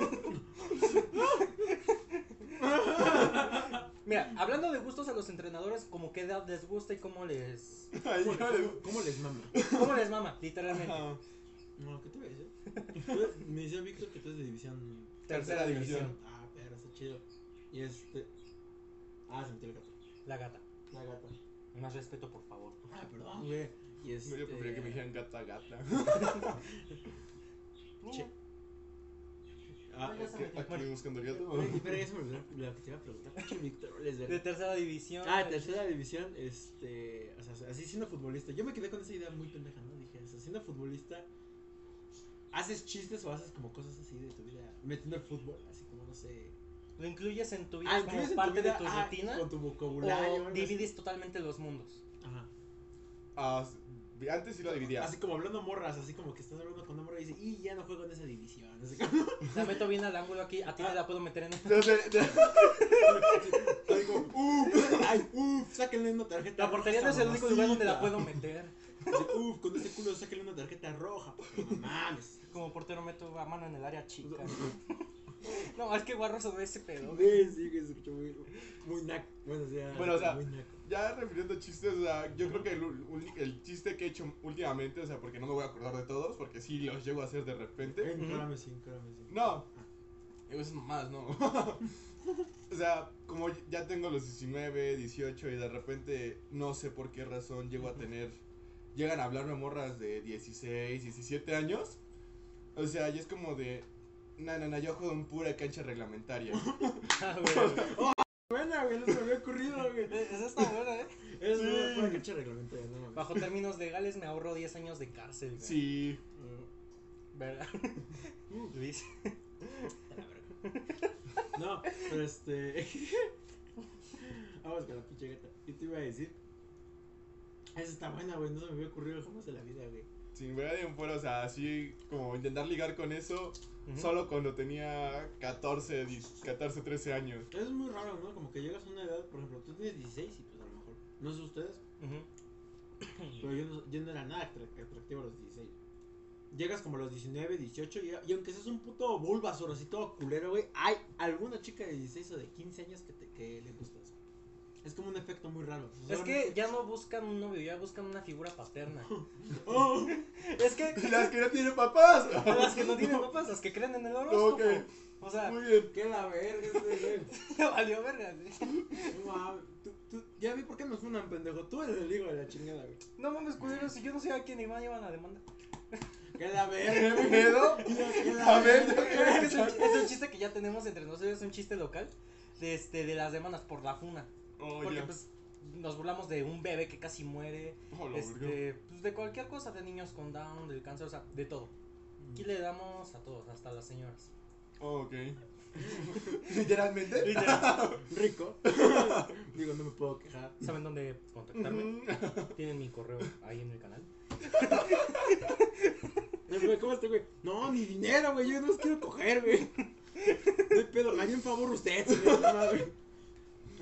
Mira, hablando de gustos a los entrenadores, como qué edad les gusta y cómo les. Ahí ¿Cómo, ya le- cómo- cómo les mama? cómo les mama, literalmente. Ajá. No, ¿qué te voy a decir? Tú- Me decía Víctor que tú eres de división. Tercera división. Ah, pero está chido. Y este. Ah, se metió el gato. La gata. La gata. Más respeto, por favor. Ah, perdón, güey. Y este. Yo prefería que me dijeran gata gata. Che. Ah, Es que aquí Bueno. buscando el gato. Güey, espera, ya se me olvidó lo que te iba a preguntar. Pinche Víctor, les De veré. tercera división. Ah, tercera división, este. O sea, así siendo futbolista. Yo me quedé con esa idea muy pendeja, ¿no? Dije, o sea, siendo futbolista. ¿Haces chistes o haces como cosas así de tu vida? Metiendo el fútbol, así como no sé. ¿Lo incluyes en tu vida Ah, como ¿incluyes en parte vida? de tu Ah, rutina? Con tu vocabulario. algo O así. divides totalmente los mundos. Ajá. Ah, antes sí lo dividía. Así como hablando morras, así como que estás hablando con una morra y dices, y ya no juego en esa división. Así como, La meto bien al ángulo aquí, a ti me la puedo meter en De- de- de- Ay, como, "Uf, ay, uff, sáquenle una tarjeta La portería no es el único lugar donde la puedo meter. Uff, con este culo sáquenle una tarjeta roja. porque No mames. Como portero meto la mano en el área chica. No, es que Guarro sobre ese pedo. Sí, sí, que se escuchó muy, muy naco. Bueno, o sea, Bueno, o sea, muy naco. Ya refiriendo a chistes, o sea, yo creo que el, ul- el chiste que he hecho últimamente, o sea, porque no me voy a acordar de todos, porque sí los llego a hacer de repente. Encárame, sí, encárame, sí. No, digo, esas mamadas no. o sea, como ya tengo los 19, 18 y de repente, no sé por qué razón, llego a tener. Llegan a hablarme morras de 16, 17 años. O sea, y es como de. Na, na, na, yo juego en pura cancha reglamentaria. Ah, güey. Buena, güey, no se me había ocurrido, güey. Esa está buena, ¿eh? Es Sí. una pura cancha reglamentaria, no mames. Bajo términos legales me ahorro 10 años de cárcel. güey. Sí. Uh, Mm, ¿Verdad? Luis. a la verga. No, pero este. Vamos con la pinche gata. ¿Qué te iba a decir? Esa está buena, güey. No se me había ocurrido jamás en la vida, güey. Sin ver a alguien fuera, o sea, así como intentar ligar con eso Ujú. solo cuando tenía 14, 10, 14, 13 años. Es muy raro, ¿no? Como que llegas a una edad, por ejemplo, tú tienes 16 y pues a lo mejor. No sé ustedes, Ujú. Pero yo no, yo no era nada atra- atractivo a los 16. Llegas como a los 19, 18 y, y aunque seas un puto Bulbasaur así todo culero, güey, hay alguna chica de 16 o de 15 años que, te, que le gustas. Es como un efecto muy raro. Pues, Es que Solamente- ya no buscan un novio, ya buscan una figura paterna. ¡Oh! Es que Las que no tienen papás. las que no tienen papas, las que creen en el horóscopo. Ok, O sea, muy bien. ¡Qué la verga este güey! valió verga. güey. No mames, tú- tú- Ya vi por qué nos funan, pendejo. Tú eres el hijo de la chingada, güey. No mames, culero, si yo no sé a quién iban, llevan la demanda. ¡Qué la ¿Qué verga, güey! pedo? ¡Qué la A ver, verga! Pero es que es un, es un chiste que ya tenemos entre nosotros, es un chiste local de, este, de las demandas por la funa. Porque Oye, pues nos burlamos de un bebé que casi muere, hola, Oh, verga. este, pues, de cualquier cosa, de niños con Down, del cáncer, o sea, de todo. Aquí le damos a todos, hasta a las señoras. Oh, Ok. Literalmente. Rico. Digo, no me puedo quejar. ¿Saben dónde contactarme? Ujú. Tienen mi correo ahí en el canal. Eh, güey, ¿Cómo este güey? No, ni dinero, güey. Yo no los quiero coger, güey. No hay pedo. Haría un favor usted, güey. No mames, güey.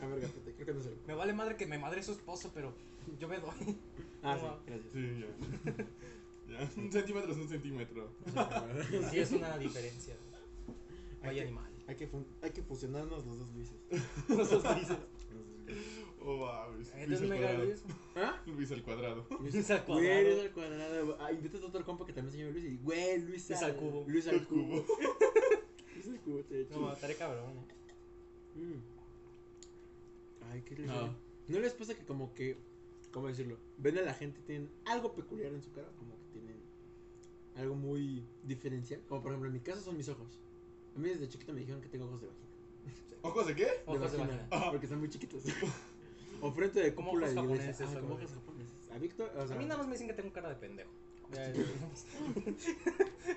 A ver, gatete, creo que no se Me vale madre que me madre su esposo, pero yo me doy. Ah, No, sí, va. gracias. Sí, ya. Ya, un centímetro es un centímetro. Sí, es una diferencia. Vaya Hay que, animal. hay, que fun- hay que fusionarnos los dos Luises. Los dos Luises. Oh, wow. Luis, Luis Entonces al me gano cuadrado. eso. ¿Ah? Luis al cuadrado. Luis Güey, al cuadrado. Luis al cuadrado. güey. Ah, invitas a otro compa que también se llama Luis y güey, Luis Luis al cubo. Luis al Al cubo. cubo. Luis al cubo, te No, ma, estaré cabrón. eh. Mm. Ay, qué No. lindo. ¿No les pasa que como que, cómo decirlo, ven a la gente y tienen algo peculiar en su cara? Como que tienen algo muy diferencial. Como por ejemplo, en mi caso son mis ojos. A mí desde chiquito me dijeron que tengo ojos de vagina. ¿Ojos de qué? Ojos de vagina. Ah. Porque están muy chiquitos. o frente de Como cúpula ojos de iglesia. japoneses, Ah, o como algo ojos japoneses. A Víctor, o A sea, mí nada más me dicen que tengo cara de pendejo. Ya, ya, ya.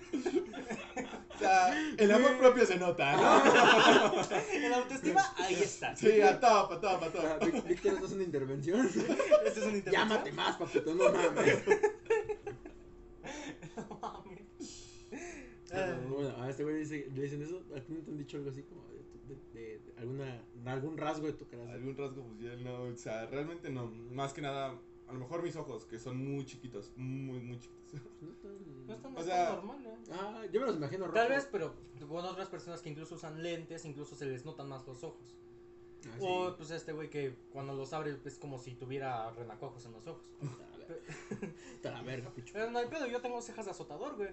O sea, El amor propio se nota, ¿no? El autoestima, ahí está. Sí, a tapa, tapa, Ah, tapa. Vic- Víctor, ¿estás una intervención? Esto es un intervención. Llámate más, papito, no mames. No mames. Pero, Ay. bueno, a este güey dice, le dicen eso. ¿A ti no te han dicho algo así como de, tu- de- de- de alguna, de algún rasgo de tu carácter? Algún rasgo facial, no, o sea, realmente no. Más que nada, a lo mejor mis ojos, que son muy chiquitos, muy, muy chiquitos. Pues No tan- No es tan, O es sea, tan normal, ¿eh? Ah, yo me los imagino rojos. Tal vez, pero con otras personas que incluso usan lentes, incluso se les notan más los ojos. Ah, sí. O pues este güey que cuando los abre es como si tuviera renacuajos en los ojos. A la ver- a la verga, picho. Pero no hay pedo, yo tengo cejas de azotador, güey.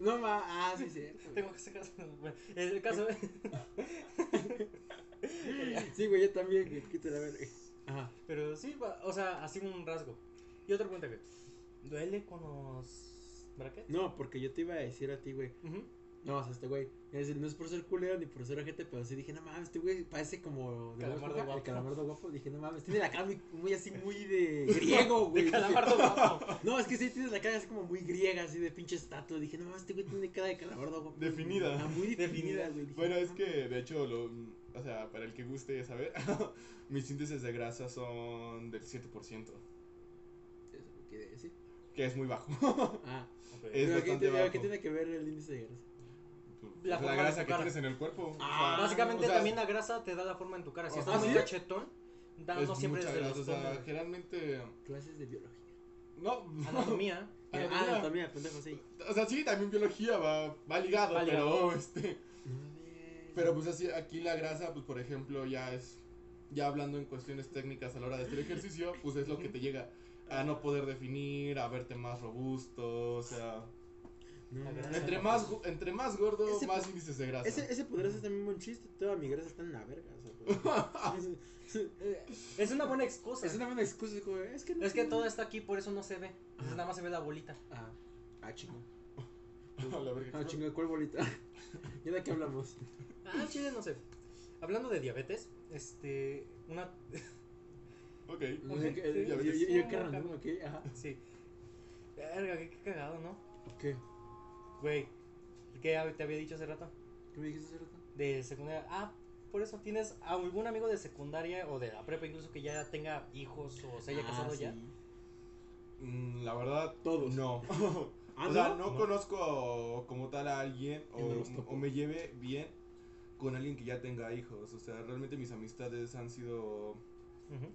No ma, ah, sí, sí. Tengo cejas. bueno, el caso Sí, güey, yo también, que quítale a ver. Ajá. Pero sí, va- o sea, así un rasgo. Y otra pregunta, güey. ¿Duele con los brackets? No, porque yo te iba a decir a ti, güey. Ujú. No, o sea, este güey. es decir, no es por ser culero ni por ser ojete, pero sí dije, no mames, este güey parece como. De Calamardo Bob Esponja, guapo. El calamardo guapo. Dije, no mames, tiene la cara muy, muy así, muy de griego, güey. Dije, De calamardo guapo. No, es que sí, tiene la cara así como muy griega, así de pinche estatua. Dije, no mames, este güey tiene cara de calamardo guapo. Definida. Ah, muy Definida. definida, güey. Dije, Bueno, no es que de hecho, lo, o sea, para el que guste saber, mis síntesis de grasa son del 7%, mames, eso ¿Qué quiere decir? que es muy bajo. Ah, Ok. pero Es ¿qué bastante te- pero bajo. ¿qué tiene que ver el índice de grasa? La La, forma de grasa tu que cara. tienes en el cuerpo. o Ah, sea, Básicamente o sea, también la grasa te da la forma en tu cara. Si Ah, estás muy ¿sí? cachetón, da- es no siempre mucha desde grasa, los o sea, pómulos. generalmente. Clases de biología. No, Anatomía. Ah, Anatomía. anatomía, pendejo, sí. O sea, sí, también biología va, va ligado, Va ligado. pero este. No mames. Pero pues así, aquí la grasa, pues por ejemplo, ya es. Ya hablando en cuestiones técnicas a la hora de hacer ejercicio, pues es lo que te llega a no poder definir, a verte más robusto, o sea. No, Entre mames. Entre más, gu- entre más gordo, Ese- más índices de grasa. Ese, ese podría ser también un chiste. Toda mi grasa está en la verga. o sea, pues, es, Eh, Es una buena excusa. es una buena excusa. como, es que no. Es que tiene- todo está aquí, por eso no se ve. Entonces, Ajá. Nada más se ve la bolita. Ah, ah, chingo. A la verga. Ah, chingo, ¿cuál bolita? ¿Y de qué hablamos? Ah, chile, no sé. Hablando de diabetes, este. Una. Ok. No sé, sí, eh, sí, yo, sí, yo, yo, sí, no, qué cabrón. random, ok, ajá. Sí. Verga, qué, qué cagado, ¿no? ¿Qué? Güey, ¿qué hab- te había dicho hace rato? ¿Qué me dijiste hace rato? De secundaria. Ah, por eso tienes a algún amigo de secundaria o de la prepa, incluso que ya tenga hijos o se haya Ah, casado sí. ya. Mm, La verdad, Todos. no. Ah, o sea, no, ¿no? conozco como tal a alguien Y no o, los topo. o me lleve bien con alguien que ya tenga hijos. O sea, realmente mis amistades han sido, Ujú.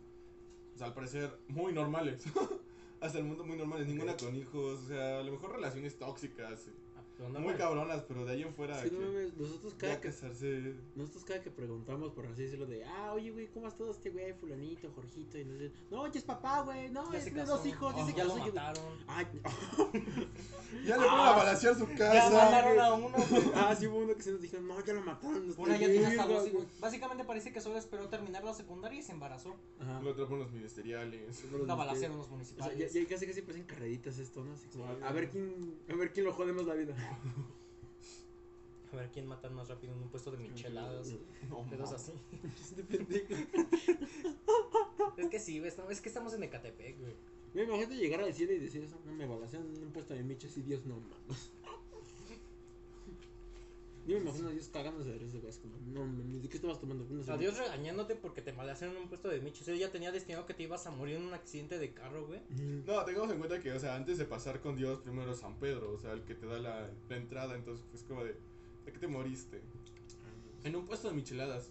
o sea, al parecer, muy normales. Hasta el mundo muy normales, ninguna con hijos. O sea, a lo mejor relaciones tóxicas, Ah, pero no, muy güey. cabronas, pero de ahí en fuera. Es que no que mames, nosotros cada ya que, casarse. nosotros cada que preguntamos, por así decirlo, de, ah, oye, güey, ¿cómo has estado este güey, fulanito, Jorgito? Y nos dicen, no, ya es papá, güey, no, Ya ya se tiene casó. dos hijos, ya Oh, se ya lo casó. mataron. Ay, Ya le van a balasear su Ya casa. mataron a uno. güey. ah, sí hubo uno que se nos dijeron, no, ya lo mataron. no está Una ya tiene hasta virgo, dos hijos. güey". Básicamente parece que solo esperó terminar la secundaria y se embarazó. Ajá. Lo atrapan los ministeriales. Una balacera balación en los O sea, municipales. ya, ya casi casi parecen carreritas esto, ¿no? Así como, Sí. a ver quién, a ver quién lo jode más la vida. A ver quién matan más rápido en un puesto de micheladas. No, Pedos mames. así. Este pendejo. Es que sí, güey, estamos- es que estamos en Ecatepec, güey. Me imagino llegar al cielo y decir eso, no me balacean en un puesto de miches y Dios no mames. Yo me imagino a Dios cagándose de risa, güey, es como, no mames, ¿de qué estabas tomando? Una cerveza. Adiós regañándote porque te malacearon en un puesto de michis. Yo ya tenía destinado que te ibas a morir en un accidente de carro, güey. Mm. No, tengamos en cuenta que, o sea, antes de pasar con Dios, primero San Pedro, o sea, el que te da la, la entrada, entonces pues como de, ¿de qué te moriste? En un puesto de micheladas.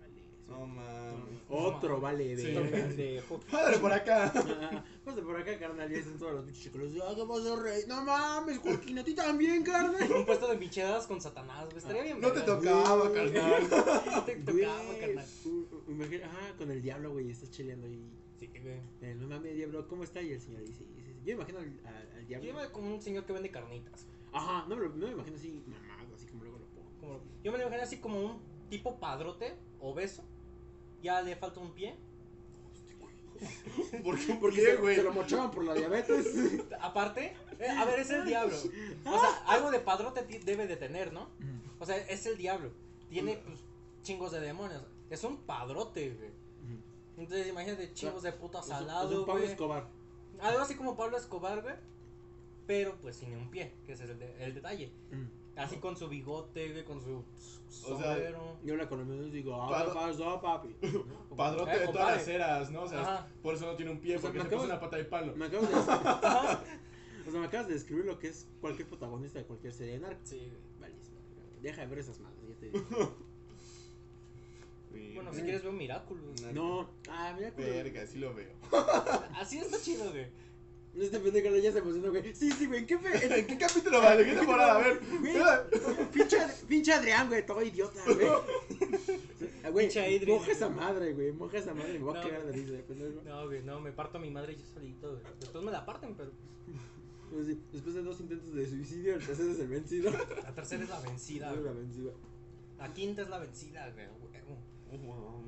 Vale, sí. No mames. Otro, vale, Sí. de. Pendejo. Padre por acá. Pasa por acá, carnal, y hacen todos los pinches chicos. Ah, ¿qué pasó, rey? No mames, Joaquín, a ti también, carnal. Un puesto de micheladas con Satanás, güey. Estaría bien. No te verga. tocaba, carnal. No te tocaba, Güey, carnal. u- u- Imagina, ajá, con el diablo, güey, estás cheleando y. Sí, güey. eh, no mames, diablo, ¿cómo está? Y el señor dice, dice, yo imagino al, al- al Yo diablo. iba como un señor que vende carnitas. güey. Ajá, no, me lo- no me imagino así mamado, así como luego lo pongo. Como- yo me lo imaginé así como un tipo padrote, obeso. Ya le falta un pie. ¿Por qué? Porque qué, se, se lo mochaban por la diabetes. Aparte, eh, a ver, es el diablo. O sea, algo de padrote ti- debe de tener, ¿no? O sea, es el diablo. Tiene pues, chingos de demonios. Es un padrote, güey. Entonces, imagínate chingos de puta Es un- es salado, un Pablo güey. Escobar. Algo así como Pablo Escobar, güey. pero pues sin un pie, que ese es el, de- el detalle. Mm. Así con su bigote, güey, con su O sea, sombrero. Yo la economía les digo, ah, Padro- ¿qué pasó, papi? Padrote de Eh, todas las compadre. eras, ¿no? O sea, Ajá. por eso no tiene un pie, O sea, porque me se puso acabo- una pata de palo. Me acabas de o sea, me acabas de describir lo que es cualquier protagonista de cualquier serie de narcos. Sí, güey. Vale, es verga, güey. deja de ver esas madres, ya te digo. Sí, Bueno, no. si quieres ver Miraculous. güey. No, ah, mira, culo. Verga, sí lo veo. Así está chido, güey. Este pendejo ya se emocionó, güey. Sí, sí, güey, ¿en qué, fe- ¿En qué capítulo va? ¿De qué temporada? A ver. Güey, pinche, Ad- pinche Adrián, güey, todo idiota, güey. Ah, Pinche Güey, Adrián. moja esa madre, güey, moja esa madre, me voy a No. cagar de risa, güey, pendejo. No, güey, no, me parto a mi madre yo solito, güey. Después me la parten, pero Pues sí, Después de dos intentos de suicidio, el tercero es el vencido. la tercera es la vencida, Es la güey. vencida. La quinta es la vencida, güey. huevo.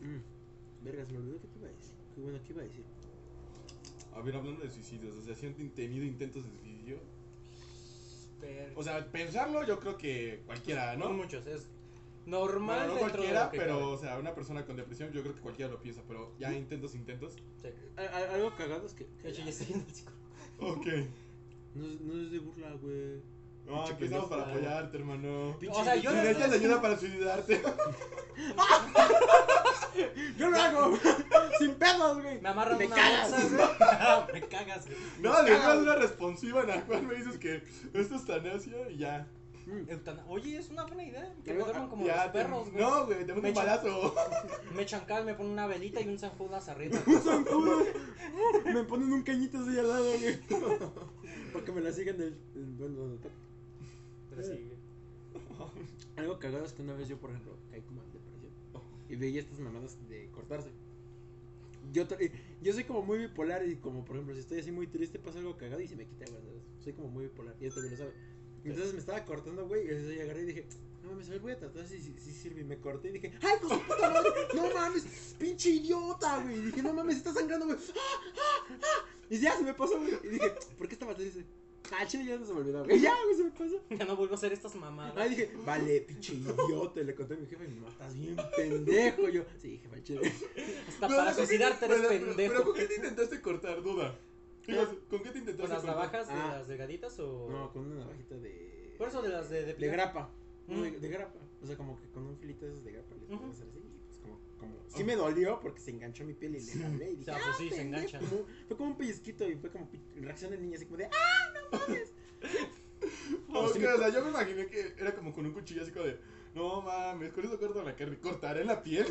Mm. Verga, se me olvidó que te iba a decir. Qué bueno, ¿qué iba a decir? A ver, hablando de suicidios, o sea, si han tenido intentos de suicidio. Pero- O sea, pensarlo yo creo que cualquiera, No ¿no? muchos, es normal Bueno, no dentro de cualquiera, lo que ¿Mm? pero, o sea, una persona con depresión yo creo que cualquiera lo piensa, pero ya intentos, intentos. cabe. Sí. A- a- Algo cagado es que. De hecho, ya estoy yendo al psicólogo. Ok. No, es- no es de burla, güey. No, Pinche aquí estamos para pendejo. apoyarte, hermano. O sea, yo Sin no ella estoy- le ayuda para suicidarte. Yo lo hago sin pedos, güey. Me amarran Me una cagas. bolsa, güey. Ah, me cagas, güey. No, le Ah. das una responsiva en la cual me dices que esto es tanasia y ya. Mm. Eutana- Oye, es una buena idea. Que Ya me veo- duerman como ya los perros, te- güey. No, güey, te meto Me un balazo. Me chancan, me ponen una velita y un San Judas arriba. Zancudo. Me ponen un cañito así al lado, güey. Porque me la sigan del. del- bueno, no, no. Pero sí, güey. Algo cagado es que una vez yo, por ejemplo, caí como en depresión. Y veía estas mamadas de cortarse. Yo, tra- eh, yo soy como muy bipolar y como, por ejemplo, si estoy así muy triste, pasa algo cagado y se me quita, güey. ¿sabes? Soy como muy bipolar y esto me lo sabe. Entonces me estaba cortando, güey, y entonces yo agarré y dije, no mames, a ver, voy a tratar si, si, si sirve. Y me corté y dije, ¡ay, pues puta madre! ¡No mames! ¡Pinche idiota, güey! Y dije, no mames, está sangrando, güey. ¡Ah, ah, ah! Y ya se me pasó, güey. Y dije, ¿por qué estaba triste? Ah, chido, ya no se me olvidó, güey. Ya, güey, se me pasó. Ya no vuelvo a hacer estas mamadas. Ahí dije, vale, pinche idiota. Y Le conté a mi jefe, me matas bien pendejo. Yo, sí, jefe, chévere. Hasta para suicidarte eres Pero- Pero, pero pendejo. Eh, ¿con qué te intentaste cortar? Duda. Digo, ¿Con qué te intentaste ¿Con las cortar? navajas de Ah. las delgaditas o.? No, con una navajita de. Por eso de las de. De grapa. No, de, Mm. de grapa. O sea, como que con un filito de esos de grapa. Le Ujú. puedo hacer así. Y pues como. como... Sí me dolió porque se enganchó mi piel y le hablé. Y O dije, sea, pues sí, se pendejo. enganchan. Como- fue como un pellizquito y fue como pi- reacción del niño así como de. "Ah, No, Pues es sí que, me- o sea, yo me imaginé que era como con un cuchillo así como de, no mames, con eso corto la carne, cortaré la piel.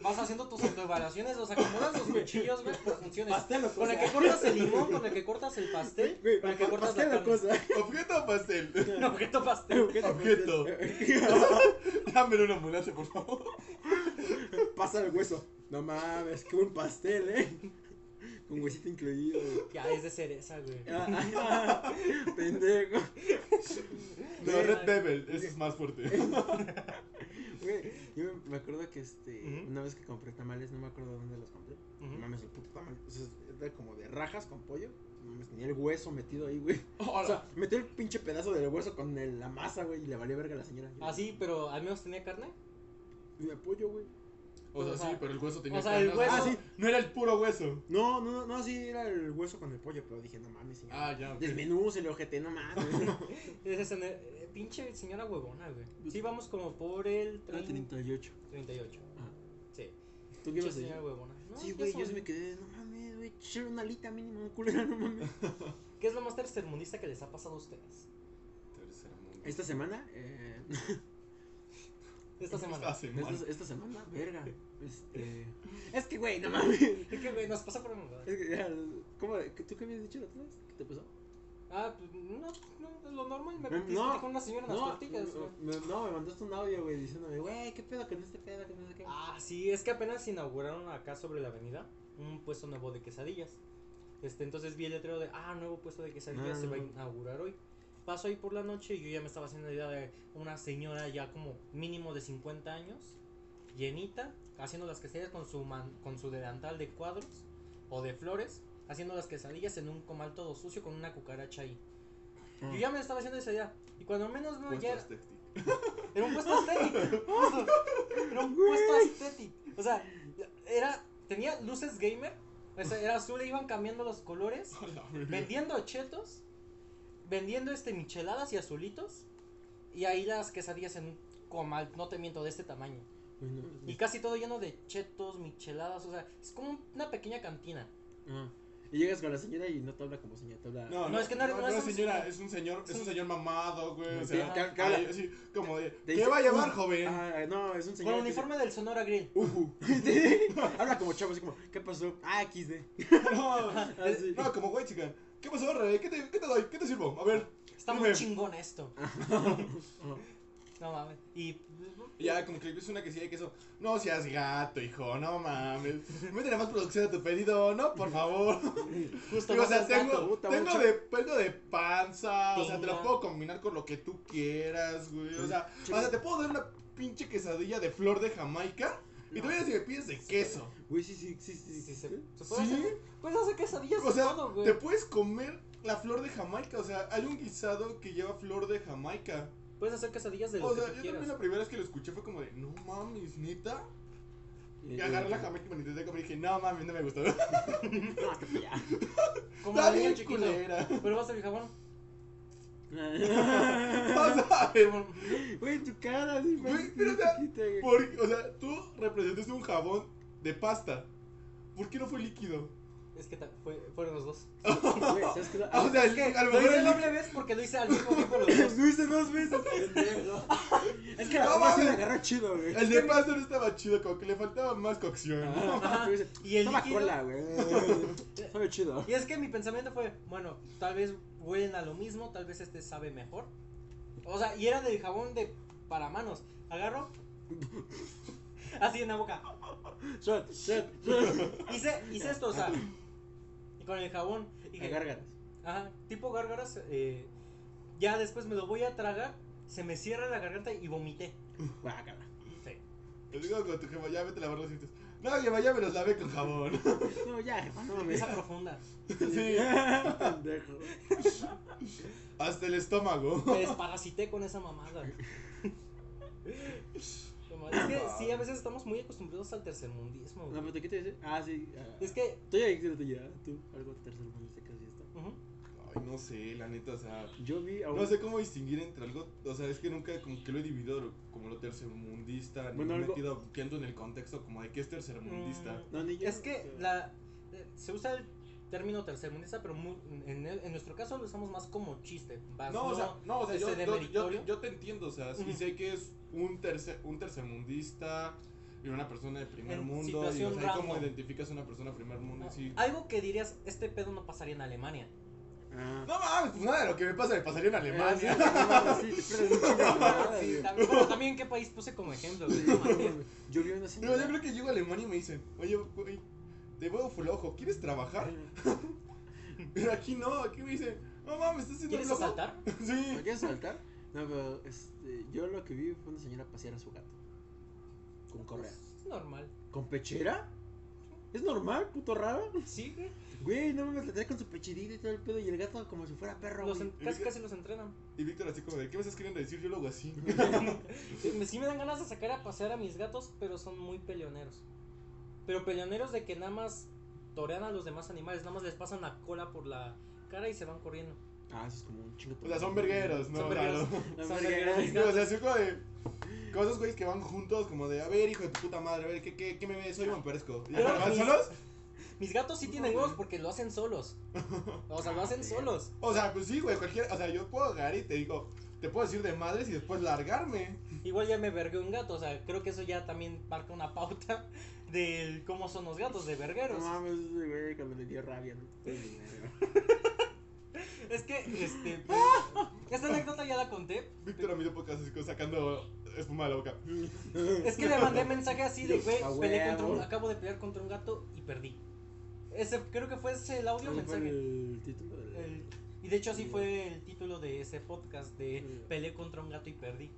Vas haciendo tus autoevaluaciones, o sea, acomodas los cuchillos, güey, por funciones. Pastel o Pues, Con el que cortas el limón, con el que cortas el pastel, Güey, con el que cortas pastel la o carne. cosa. Objeto o pastel. No, que tu pastel. Objeto. Objeto. Dame una ambulancia, por favor. Pasa el hueso. No mames, qué buen pastel, eh. Con huesito incluido. güey. Ya, es de cereza, güey. Ah, Pendejo. No, Red Devil, eso es más fuerte. Güey, yo me acuerdo que este, Ujú. una vez que compré tamales, no me acuerdo dónde los compré. No Ujú. mames, el puto tamal. O sea, era como de rajas con pollo. No mames, tenía el hueso metido ahí, güey. O sea, metió el pinche pedazo del hueso con el- la masa, güey, y le valía verga a la señora. Yo, Ah, sí, pero al menos tenía carne. Y de pollo, güey. O sea, sí, pero el hueso tenía O sea, el carne, hueso- Ah, sí, no era el puro hueso. No, no, no, sí, era el hueso con el pollo, pero dije, no mames, señora. Ah, ya. ok. Desmenúcele, ojete, no mames. Ese es en el- eh, pinche señora huevona, güey. Sí, vamos como por el Era 30 38. 38. Ah, Ajá. Sí, ¿Tú qué pinche ibas a señora decir? huevona. No, Sí, ya güey, son- yo se me quedé, no mames, güey, echar una alita mínimo, culera, no mames. ¿Qué es lo más tercermundista que les ha pasado a ustedes? Tercer mundo. Esta semana, eh, Esta Esta semana. semana. esta, esta semana, verga. Este, es que, güey, no mames. Es Es que, güey, nos pasa por el mundo. que, ya, ¿cómo, que- ¿Tú qué habías dicho la otra vez? ¿Qué te pasó? Ah, pues no, no, es lo normal. Me No. metiste con una señora en las tortillas, güey. me, no, me mandaste un audio, güey, diciéndome, güey, qué pedo con este pedo, que no sé qué. Ah, sí, es que apenas inauguraron acá sobre la avenida un puesto nuevo de quesadillas. Este, entonces vi el letrero de, ah, nuevo puesto de quesadillas se va a Ah. inaugurar hoy. Paso ahí por la noche y yo ya me estaba haciendo la idea de una señora ya como mínimo de 50 años, llenita, haciendo las quesadillas con su, man- con su delantal de cuadros o de flores, haciendo las quesadillas en un comal todo sucio con una cucaracha ahí. Yo ya me estaba haciendo esa idea. Y cuando menos veo ya... Puestos textil. Era un puesto estético. justo. Era un puesto estético. O sea, era. Tenía luces gamer. O sea, era azul, le iban cambiando los colores, A la verga. vendiendo chetos, vendiendo este micheladas y azulitos, y ahí las quesadillas en un comal, no te miento, de este tamaño. Y casi todo lleno de chetos, micheladas, o sea, es como una pequeña cantina. Ah, Y llegas con la señora y no te habla como señora, te habla. No, No, es que no eres- no es es una un señora, señor. es un señor, es Sí. un señor mamado, güey. O Sí, Ah, sea, ca- cara. ahí, así como de, Te ¿qué dice, va a llevar, "Uh, joven? Ah, no, es un señor. Con el que dice, uniforme del Sonora Grill. Ujú. Habla como chavo, así como, ¿qué pasó? Ah, XD. No, eh, Así. no, como güey, chica. ¿Qué pasó, Rey? ¿Qué te, ¿Qué te doy? ¿Qué te sirvo? A ver. Está muy Dime. chingón esto. No mames. Y Y Ya, como que es una quesilla de queso. No seas gato, hijo, no mames. Métele más producción a tu pedido, no, por favor. justo Digo, o sea, cosas gato. tengo, puta, tengo mucho. de pelo de panza, o sea, te lo Tenga. puedo combinar con lo que tú quieras, güey. O sea, Sí. o sea, te puedo dar una pinche quesadilla de flor de Jamaica y No. todavía si me pides de queso. Güey, sí, sí, sí, sí. Sí, sí, se, sí. se puede ¿Sí? hacer. Puedes hacer quesadillas O y sea, todo, güey. te puedes comer la flor de Jamaica, o sea, hay un guisado que lleva flor de Jamaica. Puedes hacer quesadillas de lo O que sea, tú yo quieras. también la primera vez que lo escuché fue como de, no mames, neta. Y Eh, agarré la jamaica y me la intenté comer y dije, no mames, no me gustó. No, hasta ya. Como Está de niño bien chiquito. culera. Pero vas a mi jabón. O sea, Jabón. Güey, en tu cara, sí, Güey, parece pero, o sea, chiquita, güey. por- o sea, tú representaste un jabón de pasta. ¿Por qué no fue líquido? Es que ta- fue, fueron los dos. Güey, ¿sabes qué? O sea, Es que a lo lo mejor hice el doble vez porque lo hice al mismo tiempo los dos. Lo hice dos veces. Es que la No forma sí mames. la agarró chido, güey. El de pasta no estaba chido, como que le faltaba más cocción. Ah, Ajá. Y el Estaba líquido. cola, güey. Sabe chido. Y es que mi pensamiento fue, bueno, tal vez huelen a lo mismo, tal vez este sabe mejor. O sea, y era del jabón de para manos. Agarro. Así en la boca. Shot, shot, shot. Hice, hice esto, o sea. Y con el jabón. Y A gárgaras. Ajá, tipo gárgaras. eh, ya después me lo voy a tragar, se me cierra la garganta y vomité. Guácala. Sí. Te digo con tu jefa, ya vete a lavar los dientes. No, jefa, ya me los lavé con jabón. No, ya, jefa, no mames. Esa profunda. Sí, Pendejo. hasta el estómago. Me desparasité con esa mamada. No mames, Es que sí, a veces estamos muy acostumbrados al tercermundismo. No, güey. pero ¿qué te dice? Ah, sí. ah. Es que. Estoy ahí, creo que ya. Tú, algo tercer mundo, este caso ya está. ujú, Ay, no sé, la neta, o sea. Yo vi a un. No sé cómo distinguir entre algo, o sea, es que nunca como que lo he dividido lo- como lo tercermundista, ni Bueno, me he algo- metido tanto en el contexto como de qué es tercermundista. mm, No, ni yo, es que o sea. la, eh, se usa el término tercermundista, pero mu- en, en nuestro caso lo usamos más como chiste. vas, No, o sea, no, o sea, ese yo, yo, yo, demeritorio. yo te entiendo, o sea, sí Ujú. sé que es un tercer un tercermundista y una persona de primer En mundo, y o situación sea, ¿y ¿cómo random. identificas a una persona de primer mundo? no, Sí. Algo que dirías, este pedo no pasaría en Alemania. Ah. No mames, pues nada de lo que me pasa me pasaría en Alemania. Ah, Sí, te pierdes un chingo de mamadas, Sí, güey. también, bueno, también qué país puse como ejemplo, güey. No mames. Yo vi una No, yo señora. creo que llego a Alemania y me dicen, oye, güey, te veo flojo, ¿quieres trabajar? Pero aquí no, aquí me dicen, no mames, estás haciendo ¿Quieres flojo. asaltar? Sí. ¿Me quieres saltar? No, pero este, yo lo que vi fue una señora pasear a su gato. Con correa. Es normal. ¿Con pechera? ¿Es normal, puto raro? Sí, güey. Güey, no mames, la trae con su pecherita y todo el pedo y el gato como si fuera perro, Los güey. en- casi casi los entrenan. Y Víctor así como de, ¿qué me estás queriendo decir? Yo lo hago así. Sí me, sí me dan ganas de sacar a pasear a mis gatos, pero son muy peleoneros. Pero peleoneros de que nada más torean a los demás animales, nada más les pasan la cola por la cara y se van corriendo. Ah, eso es como un chingo. O sea, son vergueros, ¿no? Son Claro. vergueros. Son Son vergueros. vergueros mis O gatos. sea, así como de, como esos güeyes que van juntos, como de, a ver, hijo de tu puta madre, a ver, ¿qué, qué, qué me ves? Soy Mamperesco. ¿Y Pero van mis- solos? Mis gatos sí tienen huevos porque lo hacen solos. O Ah, sea, lo hacen solos. O sea, pues sí, güey, cualquier, o sea, yo puedo agarrar y te digo, te puedo decir de madres y después largarme. Igual ya me vergué un gato, o sea, creo que eso ya también marca una pauta del cómo son los gatos, de No vergueros. mames, ese güey, cuando le dio rabia, ¿no? Es que, este, pues, esta anécdota ya la conté. Víctor a mí de podcast así como sacando espuma de la boca. Es que le mandé mensaje así de, güey, A peleé huevo. contra un- acabo de pelear contra un gato y perdí. Ese, creo que fue ese el audio Ese fue mensaje. el título del. El- y de hecho así fue el título de ese podcast de Sí. peleé contra un gato y perdí.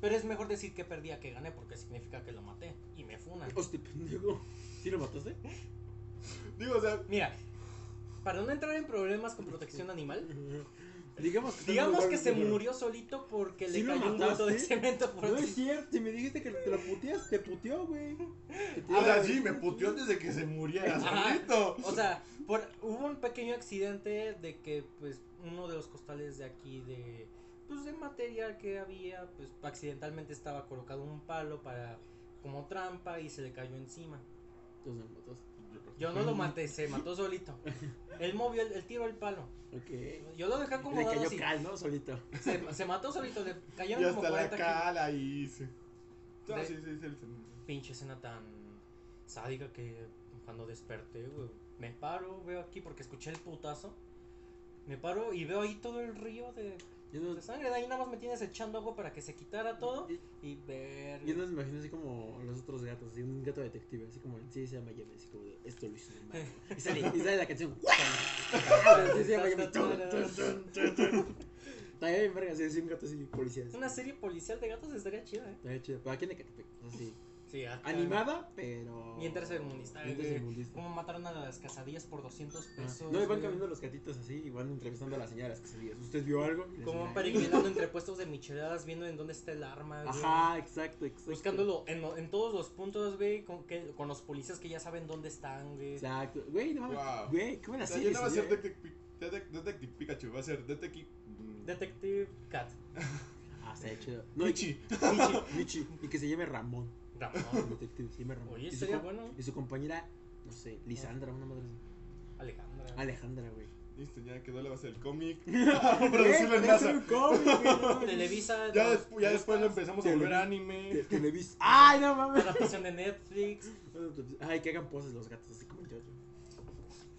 Pero es mejor decir que perdí a que gané porque significa que lo maté y me funan. Hostia, pendejo. ¿Sí lo mataste? Digo, o sea, Mira, para no entrar en problemas con protección animal, Digamos que, Digamos que se murió solito porque le ¿Sí lo cayó un bulto de mataste? cemento por No el- es cierto, y me dijiste que te lo puteas, te puteó, güey. Que te O sea, iba- Ah, sí, me puteó desde que se muriera Ajá. solito. O sea, por, hubo un pequeño accidente de que pues uno de los costales de aquí de pues de material que había, pues accidentalmente estaba colocado un palo para como trampa y se le cayó encima. Tú me mataste. Yo no lo maté, se mató solito. Él movió el, el tiro el palo. Ok. Yo lo dejé Le acomodado cayó así. cal, ¿no? Solito. Se, se mató solito, le Y cayeron como hasta la 40 kilos. cara y sí. No, De- sí, sí, sí, el- pinche escena tan sádica que cuando desperté, güey, me paro, veo aquí porque escuché el putazo. Me paro y veo ahí todo el río de, Yo no, Pues de sangre. De ahí nada más me tienes echando agua para que se quitara todo. yo- Y ver. yo no me imagino así como los otros gatos, así un gato detective, así como, sí, se llama Yami, así como de, esto lo hizo mi mano. Y sale, y sale la canción, sí, se llama Yami, tun, tun, tun, tun, tun. Estaría bien verga, así, así un gato así, policía. así. Una serie policial de gatos estaría chida, ¿eh? Estaría chido, pero aquí en Ecatepec, así, Sí, acá- animada, pero... Bien tercermundista, Bien güey. tercermundista. Como eh, mataron a las casadillas por 200 Ah. pesos. eh, No, y van güey. caminando los gatitos así y van entrevistando a las señoras que se digan, ¿usted vio algo? Y la Como van señora, peregrinando entre puestos de micheladas, viendo en dónde está el arma, güey. Ajá, exacto, exacto. Buscándolo en, lo- en todos los puntos, güey, con, que- con los policías que ya saben dónde están, güey. Exacto. Güey, no mames. Wow. Güey, qué buena O sea, serie. yo no va a señor. eh. ser Detective Pi- Detec- Detective Pikachu, va a ser Detective. Detective Cat. Ah, está chido. No, y- Michi. Michi, Michi. Y que se llame Ramón. El Ramón. detective se llama Ramón. Oye, Y su sería com- bueno. Y su compañera, no sé, Lisandra, una madre así. Alejandra. Alejandra, güey. Listo, ya quedó la base del cómic. Producirlo en Güey, es masa. un cómic, güey, no mames. Televisa. Ya, nos despu- ya después lo gusta. empezamos a volver anime. Te- Televis. ¡Ay, no mames! Adaptación de Netflix. Ay, que hagan poses los gatos así como yo.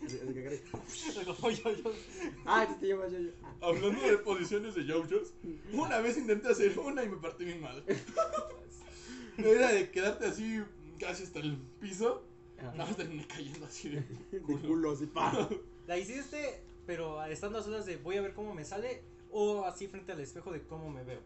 Como yo, yo. Ay, Ah, que te llamas yo. Hablando de posiciones de JoJo's, una vez intenté hacer una y me partí mi madre. Era de quedarte así casi hasta el piso. ah. Nada más terminé cayendo así de De culo. culo, así, pa. La hiciste, pero estando a solas de voy a ver cómo me sale. O así frente al espejo de cómo me veo.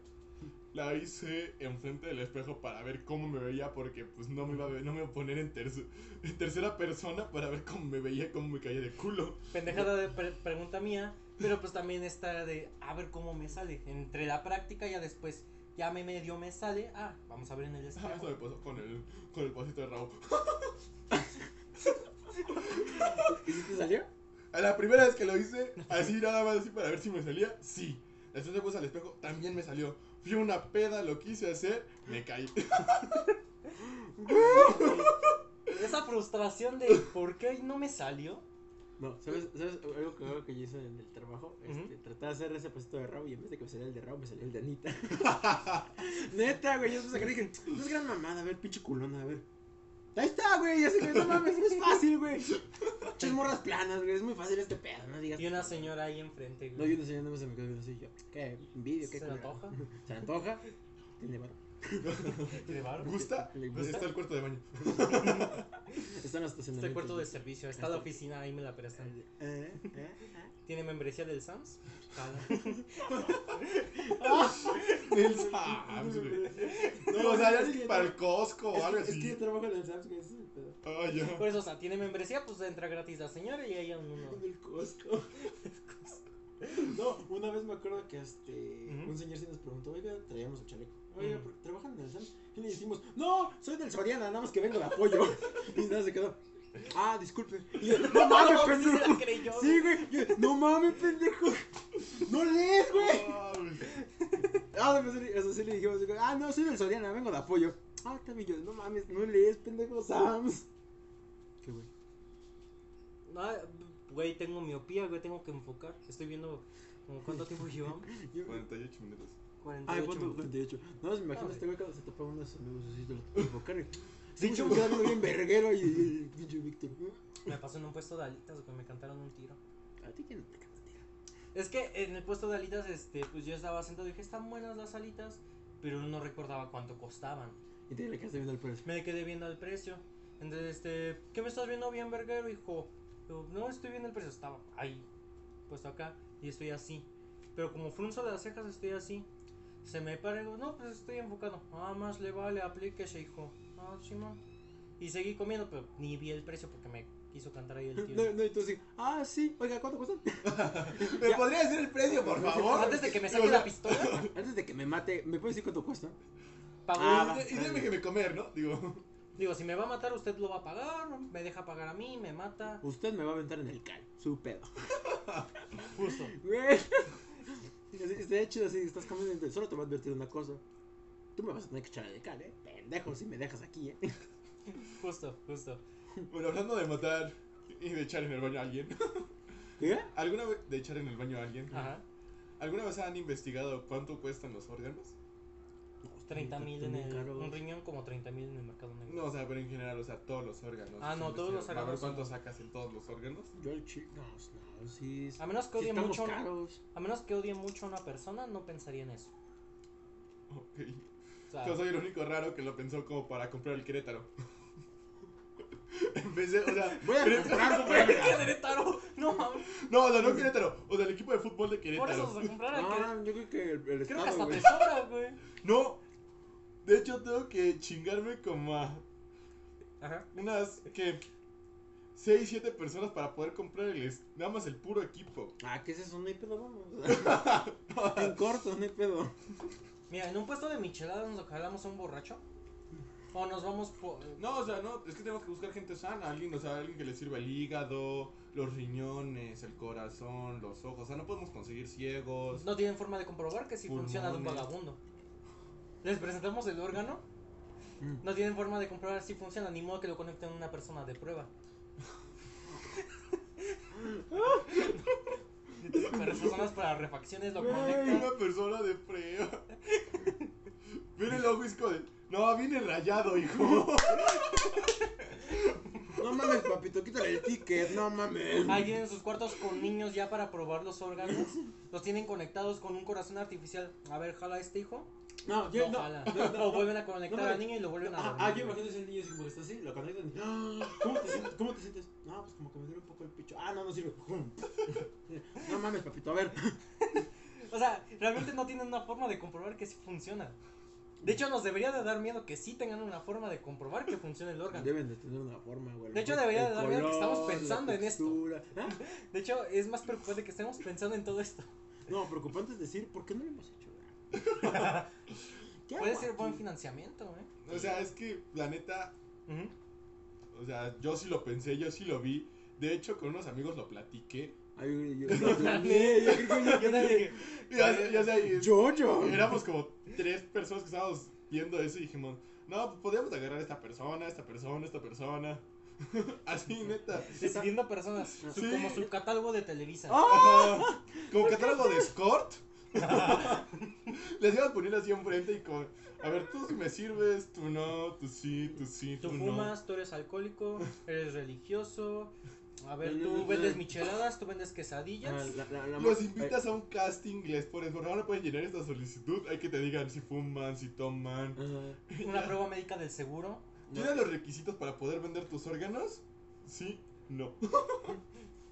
La hice enfrente del espejo para ver cómo me veía porque pues no me iba a, ver- no me iba a poner en, terce- en tercera persona para ver cómo me veía, cómo me caía de culo. Pendejada de pre- pregunta mía. Pero pues también está de a ver cómo me sale. Entre la práctica, ya después, ya me medio me sale. Ah, vamos a ver en el Ah, eso me espejo. pasó con el, con el pasito de Raúl. ¿Y si te salió? A la primera vez que lo hice, así nada más así para ver si me salía, sí. Después me puse al espejo, también me salió. Fui a una peda, lo quise hacer, me caí. Esa frustración de por qué no me salió. No, ¿sabes, ¿sabes algo que, algo que yo hice en el trabajo? Este, Ujú. Traté de hacer ese puesto de rabo y en vez de que me saliera el de rabo, me salió el de Anita. Neta, güey, yo después acá dije, no es gran mamada, a ver, pinche culona, a ver. Ahí está, güey, así que no mames, no es fácil, güey. Muchas morras planas, güey, es muy fácil este pedo, no digas. Y una señora ahí enfrente, No, güey. yo no sé, no me se me quedó viendo así, yo, qué envidio, qué ¿Se le culera. antoja? Se le antoja, tiene barba. ¿De varo? ¿Gusta? Le Pues gusta. está el cuarto de baño. Está en la estación Está el Este cuarto de servicio, Este. está la oficina, ahí me la prestan. ¿Eh? ¿Eh? ¿Eh? ¿Tiene membresía del SAMS? Jala. eh. El Sams, güey. No, o sea, ya Es ni que- para el Costco o algo Es, que así. yo trabajo en el Sam's, güey, ese es el pedo. Ay, ya. Por eso, o sea, tiene membresía, pues entra gratis la señora y ahí aún uno. En el Costco. No, una vez me acuerdo que este un señor sí nos preguntó, oiga, traíamos el chaleco. Oiga, Ujú. ¿por qué trabajan en el Sam? Y le dijimos, no, soy del Soriana, nada más que vengo de apoyo. Y nada, se quedó. Ah, disculpe. Y yo, no mames, pues, sí se la pendejo. creyó, Sí, güey. Yo, no mames, pendejo. No lees, güey. Ah, pues, sí, o sea, sí le dijimos, digo, ah, no, soy del Soriana, vengo de apoyo. Ah, también yo, no mames, no lees, pendejo, Sams. Qué güey. No, güey, tengo miopía, güey, tengo que enfocar. Estoy viendo como cuánto tiempo llevamos. Yo- 48 minutos. Ay, 48 ¿cuánto? minutos. 48. No, me imagino Ah, este güey cuando se topa uno de sus amigos así de los invocar. Dicho, me queda viendo bien verguero y- y y- pinche Víctor. Me pasó en un puesto de alitas, güey, me cantaron un tiro. A ti quién te canta, tira. Es que en el puesto de alitas, este, pues yo estaba sentado y dije, están buenas las alitas, pero no recordaba cuánto costaban. Y te le quedaste viendo al precio. Me quedé viendo el precio. Entonces, este, ¿qué me estás viendo bien, verguero, hijo? Yo, no, estoy viendo el precio. Estaba ahí, puesto acá, y estoy así. Pero como frunzo de las cejas, estoy así. Se me para y digo, no, pues estoy enfocado. Ah, más le vale, aplíquese, hijo. Ah, Simón. Y seguí comiendo, pero ni vi el precio porque me Quiso cantar ahí el tío. No, no, y tú así, ah, sí, oiga, ¿cuánto cuestan? ¿Me podría decir el precio, por favor? Antes de que me saque la pistola, Antes de que me mate, ¿me puedes decir cuánto cuesta? pagó. Ah, Y- va. y déjame que me comer, ¿no? Digo, Digo, si me va a matar, usted lo va a pagar. Me deja pagar a mí, me mata. Usted me va a aventar en el cal, su pedo. Justo. Güey. Estaría chido así, estás comiendo entre- solo te voy a advertir una cosa. Tú me vas a tener que echar en el cal, eh. Pendejo, si me dejas aquí, eh. Justo, justo. bueno, hablando de matar y de echar en el baño a alguien. ¿Qué? ¿Alguna vez de echar en el baño a alguien? Ajá. ¿Alguna vez han investigado cuánto cuestan los órganos? 30 mil en Muy el. caro. Un riñón como 30 mil en el mercado negro. No, o sea, pero en general, o sea, todos los órganos. Ah, no, todos los Investigar, A ver órganos cuánto son- sacas en todos los órganos. Yo el chico. No, no, sí. A menos que sí odie estamos mucho. caros. A menos que odie mucho a una persona, no pensaría en eso. Ok. O sea, Yo soy el único raro que lo pensó como para comprar el Querétaro. Empecé, o sea, Voy a comprar ¡Güey, verga. Querétaro! No, mames. no, o sea, no Querétaro, o sea, el equipo de fútbol de por eso Querétaro. se comprara el Querétaro. Ah, yo creo que el, el Creo que hasta estado, güey. te sobra, güey. No, de hecho tengo que chingarme como a Ajá. unas que 6, 7 personas para poder comprar el es- nada más el puro equipo. Ah, ¿qué es eso? No hay pedo, vamos. en corto, no hay pedo. Mira, en un puesto de micheladas nos jalamos a un borracho. O nos vamos por. No, o sea, no, es que tenemos que buscar gente sana, alguien, o sea, alguien que le sirva el hígado, los riñones, el corazón, los ojos, o sea, no podemos conseguir ciegos. No tienen forma de comprobar que si funciona de un Pulmones. vagabundo. Les presentamos el órgano. Mm. No tienen forma de comprobar si funciona, ni modo que lo conecten a una persona de prueba. Pero personas para refacciones lo conectan. Una persona de prueba. Viene el ojo y es como de, No, viene rayado, hijo. No mames, papito, quítale el ticket, no mames. Ahí tienen sus cuartos con niños ya para probar los órganos. Los tienen conectados con un corazón artificial. A ver, jala este hijo. No, yo No, no. jala. no, no, o no. vuelven a conectar No, no. al niño y lo vuelven a Ah, dormir. ah, yo imagino ese niño así como que está así, lo conectan y. ah, ¿Cómo te sientes? ¿Cómo te sientes? No, pues como que me duele un poco el pecho. Ah, no, no sirve. Jum. No mames, papito, a ver. O sea, realmente no tienen una forma de comprobar que sí funciona. De hecho, nos debería de dar miedo que sí tengan una forma de comprobar que funciona el órgano. Deben de tener una forma, güey. De hecho, El debería de dar miedo que estamos color, la pensando en esto. textura. Ah, De hecho, es más preocupante que estemos pensando en todo esto. No, preocupante es decir, ¿por qué no lo hemos hecho, güey? ¿Qué hago Puede ser aquí? buen financiamiento, ¿eh? O sea, es que, la neta, Ujú. o sea, yo sí lo pensé, yo sí lo vi. De hecho, con unos amigos lo platiqué. Ay, yo, yo, lo planeé, yo creo que yo- yo dije, Y, o sea, y, o sea, y- yo, yo. éramos como tres personas que estábamos viendo eso y dijimos, no, pues podríamos agarrar a esta persona, a esta persona, a esta persona. Así, neta. Decidiendo personas, su- Sí. como su catálogo de Televisa. Ah. Ajá. Como catálogo de escort. Les iban poniendo así enfrente y con. A ver, tú sí me sirves, tú no, tú sí, tú sí, tú, Tú no. fumas, tú eres alcohólico, eres religioso. A ver, No, no, tú no, vendes no. micheladas, tú vendes quesadillas. Ah, la- la- la- Los invitas a un casting, les pones, por favor, pueden llenar esta solicitud. Hay que te digan si fuman, si toman. eh, Ajá. Una prueba médica del seguro. ¿Tienes los requisitos para poder vender tus órganos? Sí, no.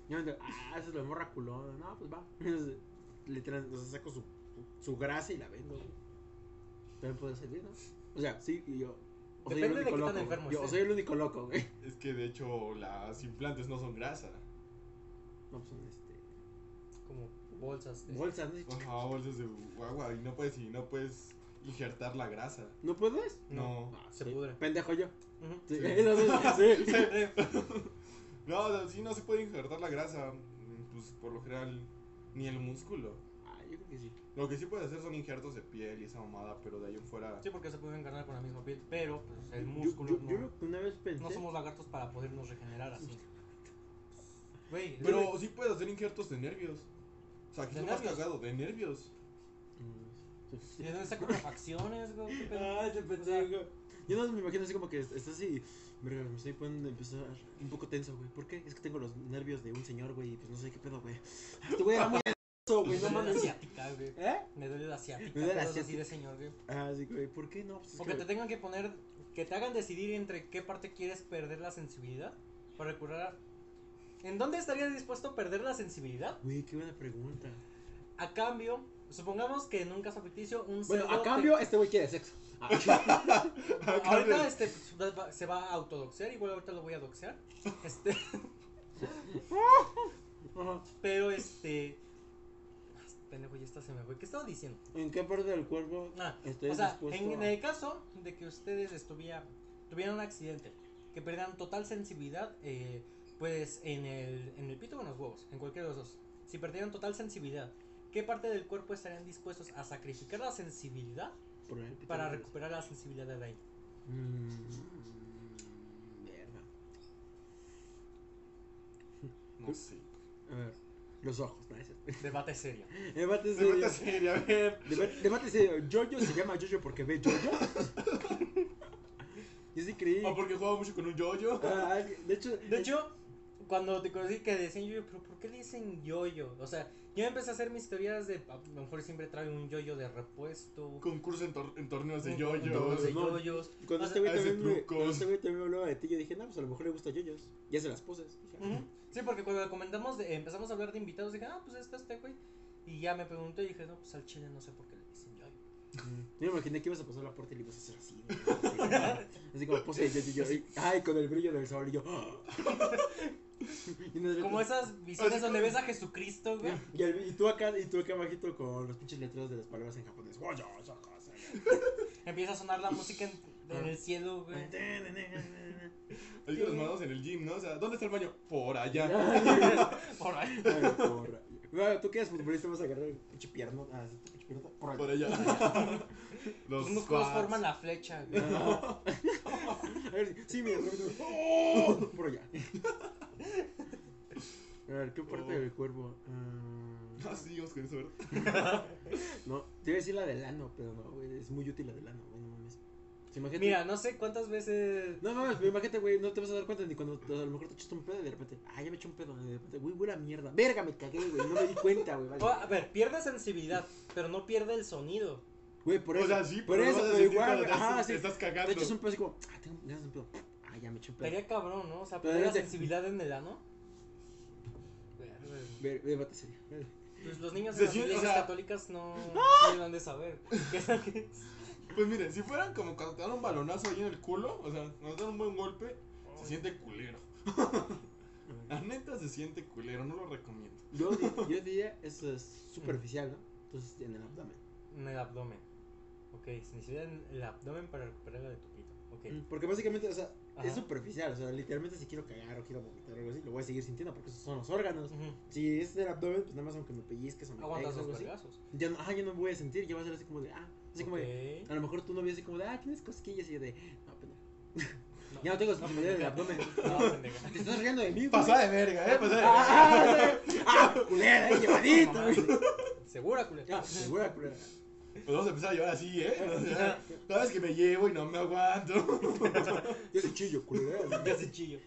Yo me digo, ah, esa es la morra culona. No, pues va. Le tran- o sea, saco su, su grasa y la vendo. güey. También puede salir, ¿no? O sea, sí, y yo. O soy el Depende único de qué tan loco, güey. enfermo Yo estés. soy el único loco, güey. Es que de hecho, las implantes no son grasa. No, pues son este. Como bolsas. de- Bolsas, ¿no? Ajá, bolsas de guagua. Y no puedes, y no puedes injertar la grasa. ¿No puedes? No. Ah, Se sí. pudre. Pendejo yo. Ujú. Sí. Sí. sí, sí. No, o sea, sí no se puede injertar la grasa, mm, pues por lo general, ni el músculo. Ah, yo creo que sí. Lo que sí puedes hacer son injertos de piel y esa mamada, pero de ahí en fuera. Sí, porque se pueden encarnar con la misma piel, pero pues, el Yo- músculo Yo, no. yo lo que una vez pensé. No somos lagartos para podernos regenerar así. Güey, Pero sí puedes hacer injertos de nervios. O sea, aquí ¿De no más nervios? cagado, de nervios. Mm, sí. ¿de dónde saco refacciones, güey? ¿Qué pedo? Ay, te pendejo. Ah, Yo no me imagino así como que est- estás así. Verga, me estoy poniendo empezar un poco tenso, güey. ¿Por qué? Es que tengo los nervios de un señor, güey. Y pues no sé qué pedo, güey. Este güey era muy tenso, Me güey. No duele la mames. asiática, güey. ¿Eh? Me duele la asiática. Me duele la pedos así asiática. de señor, güey. Ah, sí, güey. ¿Por qué no? Pues es O que que- te tengan que poner, que te hagan decidir entre qué parte quieres perder la sensibilidad para recuperar. ¿En dónde estarías dispuesto a perder la sensibilidad Güey, qué buena pregunta. a cambio Supongamos que en un caso ficticio, un Bueno, cerdo a te- cambio, este güey quiere sexo. Ah, Ahorita este, pues, va- se va a autodoxear, igual ahorita lo voy a doxear. Este, ajá. pero este. ah, Pendejo, ya esta se me fue. ¿Qué estaba diciendo? ¿En qué parte del cuerpo Ah, estés o sea, dispuesto en, en a- el caso de que ustedes estuviera- tuvieran un accidente, que perdieran total sensibilidad, eh, pues en el, en el pito o en los huevos, en cualquiera de los dos. Si perdieran total sensibilidad, ¿qué parte del cuerpo estarían dispuestos a sacrificar la sensibilidad por el pito para de- recuperar la sensibilidad de la ira? Mm, verga. No sé. A ver, los ojos, no es cierto. Debate serio. Debate Se serio. mete serio, a ver. Debate, debate serio. Jojo se llama Jojo porque ve Jojo. Yo sí creí. O porque jugaba mucho con un yo-yo. Ah, de hecho, Ah, De hecho, cuando te conocí que decían yo-yo, pero ¿por qué le dicen yo-yo? O sea, yo empecé a hacer mis teorías de, a lo mejor siempre trae un yo-yo de repuesto. Concurso en, tor- en torneos de un montón yo-yo. de No. yoyos. cuando o este sea, güey hace también, me- trucos. cuando este güey también me hablaba de ti, yo dije, no, pues a lo mejor le gusta Jojos. Ya se las poses. Dije, Ujú. Sí, porque cuando comentamos, de- empezamos a hablar de invitados, dije, ah, pues este, este, güey. Y ya me preguntó y dije, no, pues al chile no sé por qué le dicen yo-yo. Yo me imaginé que ibas a pasar la puerta y le ibas a hacer así. güey. Así como pose de Jojo. y- Ay, con el brillo del sol. Y yo. ¡ah! Y nos- Como esas visiones donde ves a Jesucristo, güey. Y, el- y tú acá, y tú acá bajito con los pinches letreros de las palabras en japonés. Empieza a sonar la música en, en el cielo, güey. Ahí con las manos en el gym, ¿no? O sea, ¿dónde está el baño? Por allá. Por ahí. Ay, porra. Bueno, tú que eres futbolista vas a agarrar el pinche pierno. Ah, sí, tu pinche pierna. Por ahí. Por allá. Los Los músculos quads. forman la flecha, güey. Ah. A ver, sí, sí, mira, rápido. por allá. A ver, ¿qué parte Oh. del cuerpo? Ah, Ah, sí, digamos con eso, ¿verdad? no, te iba a decir la del ano, pero no, güey, es muy útil la del ano, güey, no mames. Sí, imagínate- Mira, no sé cuántas veces. No mames, pero imagínate, güey, no te vas a dar cuenta ni cuando a lo mejor te echaste un pedo y de repente, ah, ya me eché un pedo, y de repente, güey, huele a mierda, verga, me cagué, güey, no me di cuenta, güey, vale. O- a ver, pierde sensibilidad, pero no pierde el sonido. Güey, por eso, o sea, sí, por no eso, vas a pero sentir igual, cuando güey, te ajá, haces- sí, te te estás echas cagando. un pedo así como, ah, tengo ganas de un pedo, ah, ya me eché un pedo, Estaría cabrón, ¿no? O sea, Pero perder debe la ser- sensibilidad en el ano. Verga, güey. Ver- ver, debate serio, vale. Pues los niños Se de las siente- o iglesias sea- católicas no no lo han de saber. ¿Qué es lo que es? Pues miren, si fueran como cuando te dan un balonazo ahí en el culo, o sea, nos dan un buen golpe, se siente culero. La neta se siente culero, no lo recomiendo. Yo, di- yo diría, eso es superficial, ¿no? Entonces, en el abdomen. En el abdomen. Ok, sensibilidad en el abdomen para recuperarla de tu pito. Ok. Mm, Porque básicamente, o sea, Ajá. es superficial, o sea, literalmente si quiero cagar o quiero vomitar o algo así, lo voy a seguir sintiendo porque esos son los órganos. Ujú. Si es del abdomen, pues nada más aunque me pellizques o me Aguantas pegues o los algo así, vergazos. ya no, ah, ya no voy a sentir, ya va a ser así como de, ah, así como de, Ok. a lo mejor tú no ves así como de, ah, tienes cosquillas y yo de, no, pendejo, No, ya no tengo sensibilidad del pendeja. abdomen. No, pendeja. Te estás riendo de mí, güey. Pasada de verga, eh, pasada de Ah, verga. ah, ah, ah, culera, eh, llevadito. Mamá, güey. Segura, culera. Ah, segura, culera. Pues vamos a empezar a llorar así, eh. O sea, cada vez que me llevo y no me aguanto. Yo soy chillo, culera. Ya se chillo.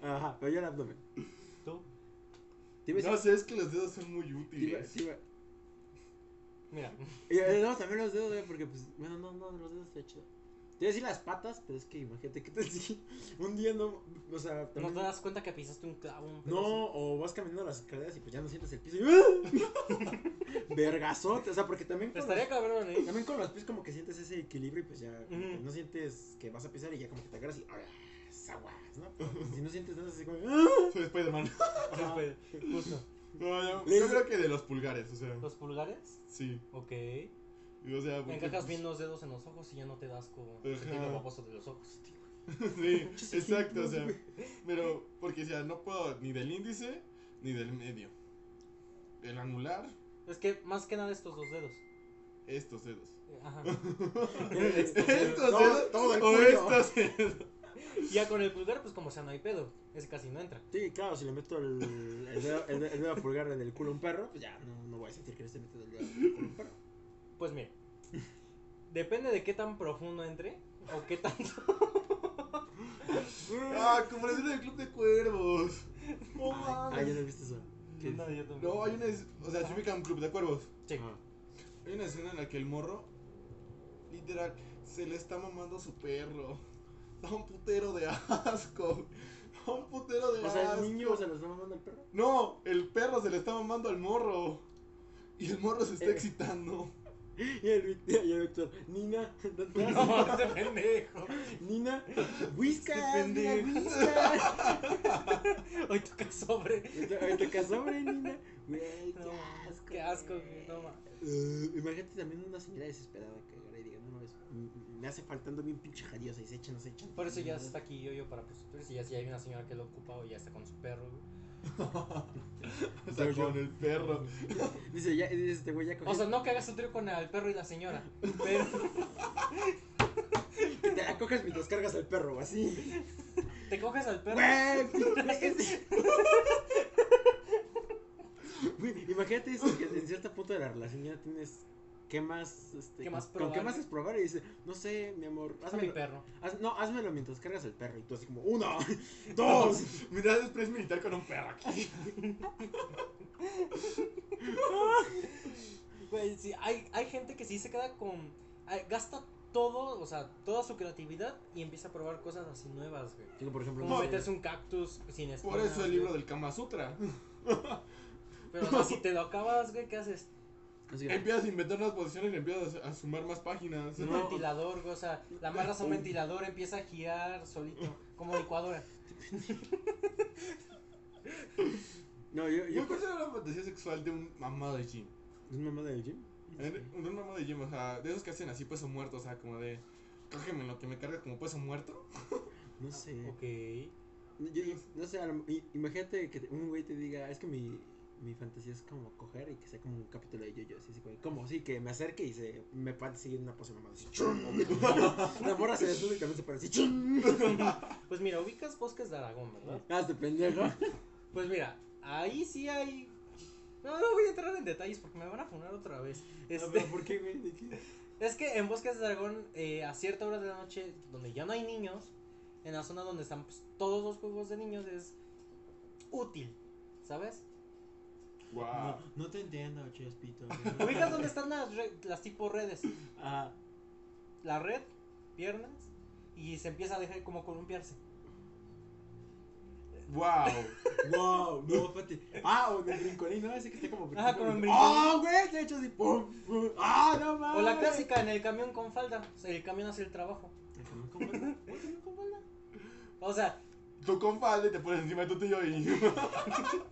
Ajá, pero yo el abdomen. Tú. Te iba a No decir- sé, es que los dedos son muy te iba- útiles. te iba- Mira. Y eh, no, también los dedos, güey, porque pues, bueno, no, no, los dedos está chido. Te iba a decir las patas, pero es que imagínate que te si un día no, o sea, No también- te das cuenta que pisaste un clavo. un pedo así? no, o vas caminando las escaleras y pues ya no sientes el piso y ¡ah! vergazote, o sea, porque también con, Estaría cabrón, los, ¿eh? también con los pies como que sientes ese equilibrio y pues ya como que Ujú. no sientes que vas a pisar y ya como que te agarras y ¡ah! aguas, ¿no? Pero, pues, si no sientes nada así como ¡ah! Soy Spider-Man. Ajá. Después, pues, Justo. No, yo, Les- yo creo que de los pulgares, o sea, Los pulgares. sí. Ok. Y, O sea, Me porque, encajas pues, bien los dedos en los ojos y ya no te das con el Ajá. sentido baboso de los ojos. Sí, exacto, o sea. Pero, porque, o sea, no puedo ni del índice ni del medio. El anular, Es que más que nada estos dos dedos. estos dedos. Eh, Ajá. Este, estos Todo- dedos. todo el o culo. estos dedos. Ya con el pulgar, pues como sea, no hay pedo. Ese casi no entra. Sí, claro, si le meto el, el, dedo, el, dedo- el dedo pulgar en el culo a un perro, pues ya no, no voy a sentir que le estoy metiendo el dedo en el culo a un perro. Pues mira. Depende de qué tan profundo entre o qué tanto. Ah, comparación del club de cuervos. No Ah, ya mames. no viste eso. ¿Qué No, dices? yo también. No, hay una. es- O sea, si ubican club de cuervos. Sí. Ah. Hay una escena en la que el morro, literal, se le está mamando a su perro. Da un putero de asco. Da un putero de O sea, asco. el niño se lo está mamando al perro. No, el perro se le está mamando al morro. Y el morro se está Eh. excitando. Y el Víctor, y el Víctor, Nina, ¿dónde No, ese pendejo. Nina, Este Whiskas, Nina, pendejo. Whiskas. Hoy toca sobre. Ahorita te casó, hombre, Nina. Güey, No, qué asco. qué asco, güey. no, ma. Eh, imagínate también una señora desesperada que agarre y diga, no mames, m- me hace faltando bien pinche jadiosa y se echan, se echan. Por eso ya está aquí yo, yo para prostituirse. Y ya si hay una señora que lo ocupa o ya está con su perro, güey. O sea, Yo, yo. con el perro. Dice, ya, dice este güey, ya cogió. O sea, no que hagas un trío con el perro y la señora. Pero que te la coges mientras cargas al perro, así. te coges al perro. Güey, ese- Güey, imagínate eso, que en cierto punto de la relación ya tienes. ¿Qué más? Este, ¿Qué más con- con ¿Qué probar? más es probar? Y dice, no sé, mi amor, Haz a mi házmelo. perro. haz- no, házmelo mientras cargas al perro. Y tú así como, uno, dos. Mira, después militar con un perro aquí. Güey, sí, hay, hay gente que sí se queda con. ay, Gasta todo, o sea, toda su creatividad y empieza a probar cosas así nuevas, güey. Digo, por ejemplo, Como no sé, meterse un cactus sin espinas. eh. Por eso el güey. libro del Kama Sutra. Pero o sea, si te lo acabas, güey, ¿qué haces? así que- Empiezas a inventar unas posiciones y empiezas a sumar más páginas. Un No. ventilador, güey, o sea, la amarras a un Oh. ventilador, empieza a girar solito, como licuadora. No, yo, yo Yo cuál era la fantasía sexual de un mamado de gym. ¿Es mamá del gym? Eh, Un un mamado de gym, o sea, de esos que hacen así peso muerto, o sea, como de. Cógeme lo que me carga como peso muerto. No sé. Ok. Yo- yo- no sé, a lo- i- imagínate que te- un güey te diga, es que mi, mi fantasía es como coger y que sea como un capítulo de yo-yo. Así, así como, ¿cómo? Sí, que me acerque y se me pare seguir una pose mamada. Así, chum. La morra se desnuda y también se para así, chum. Pues mira, ubicas bosques de Aragón, ¿verdad? Ah, este pendejo. Pues mira, ahí sí hay. No, no voy a entrar en detalles porque me van a funar otra vez. No, Este, pero ¿Por qué, güey? ¿De qué? es que en Bosques de Dragón, eh, a cierta hora de la noche, donde ya no hay niños, en la zona donde están pues, todos los juegos de niños, es útil, ¿sabes? Wow. No, no te entiendo, Chespito. Ubicas dónde están las, re- las tipo redes. Ah, La red, piernas, y se empieza a dejar como columpiarse. Wow. wow, no, espérate. Ah, o en el rinconín, ¿no? Ese que está como... Ajá, como en brincolín. ¡Ah, güey! De hecho, así, pum, pum. ¡Ah, no mames! O la clásica en el camión con falda. O sea, el camión hace el trabajo. ¿El camión con falda? ¿Cuál camión con falda? O sea, Tú con falda y te pones encima de tu tío y.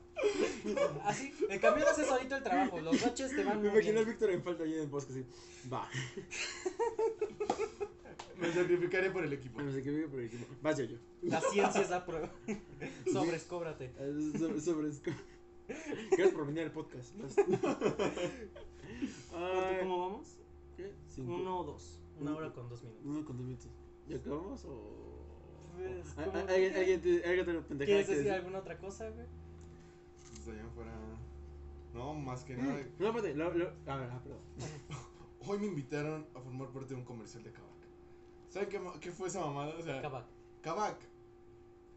así, el camión hace solito el trabajo. Los baches te van Me muy imagino al bien. Víctor en falta allí en el bosque así. Va. Me sacrificaré por el equipo. No sé qué vive por aquí. Vas yo yo. La ciencia es la prueba. Sobres, cóbrate. Eh, so- Sobre esco- Gracias por venir al podcast. Ay, ¿Cómo vamos? ¿qué? Cinco. Uno o dos. Una hora con dos minutos. Uno con dos minutos. ¿Ya acabamos o.? Pues, Ah, como ah, tú ¿Alguien quieras. alguien te- alguien te lo pendejaba ¿Quieres que decir decir? alguna otra cosa, güey? Pues allá afuera. No, más que nada. Mm, No, espérate. Lo, lo... A ver, ah, perdón. Hoy me invitaron a formar parte de un comercial de Kabak. ¿Saben qué, ma- qué fue esa mamada? O sea, Kabak. Kabak.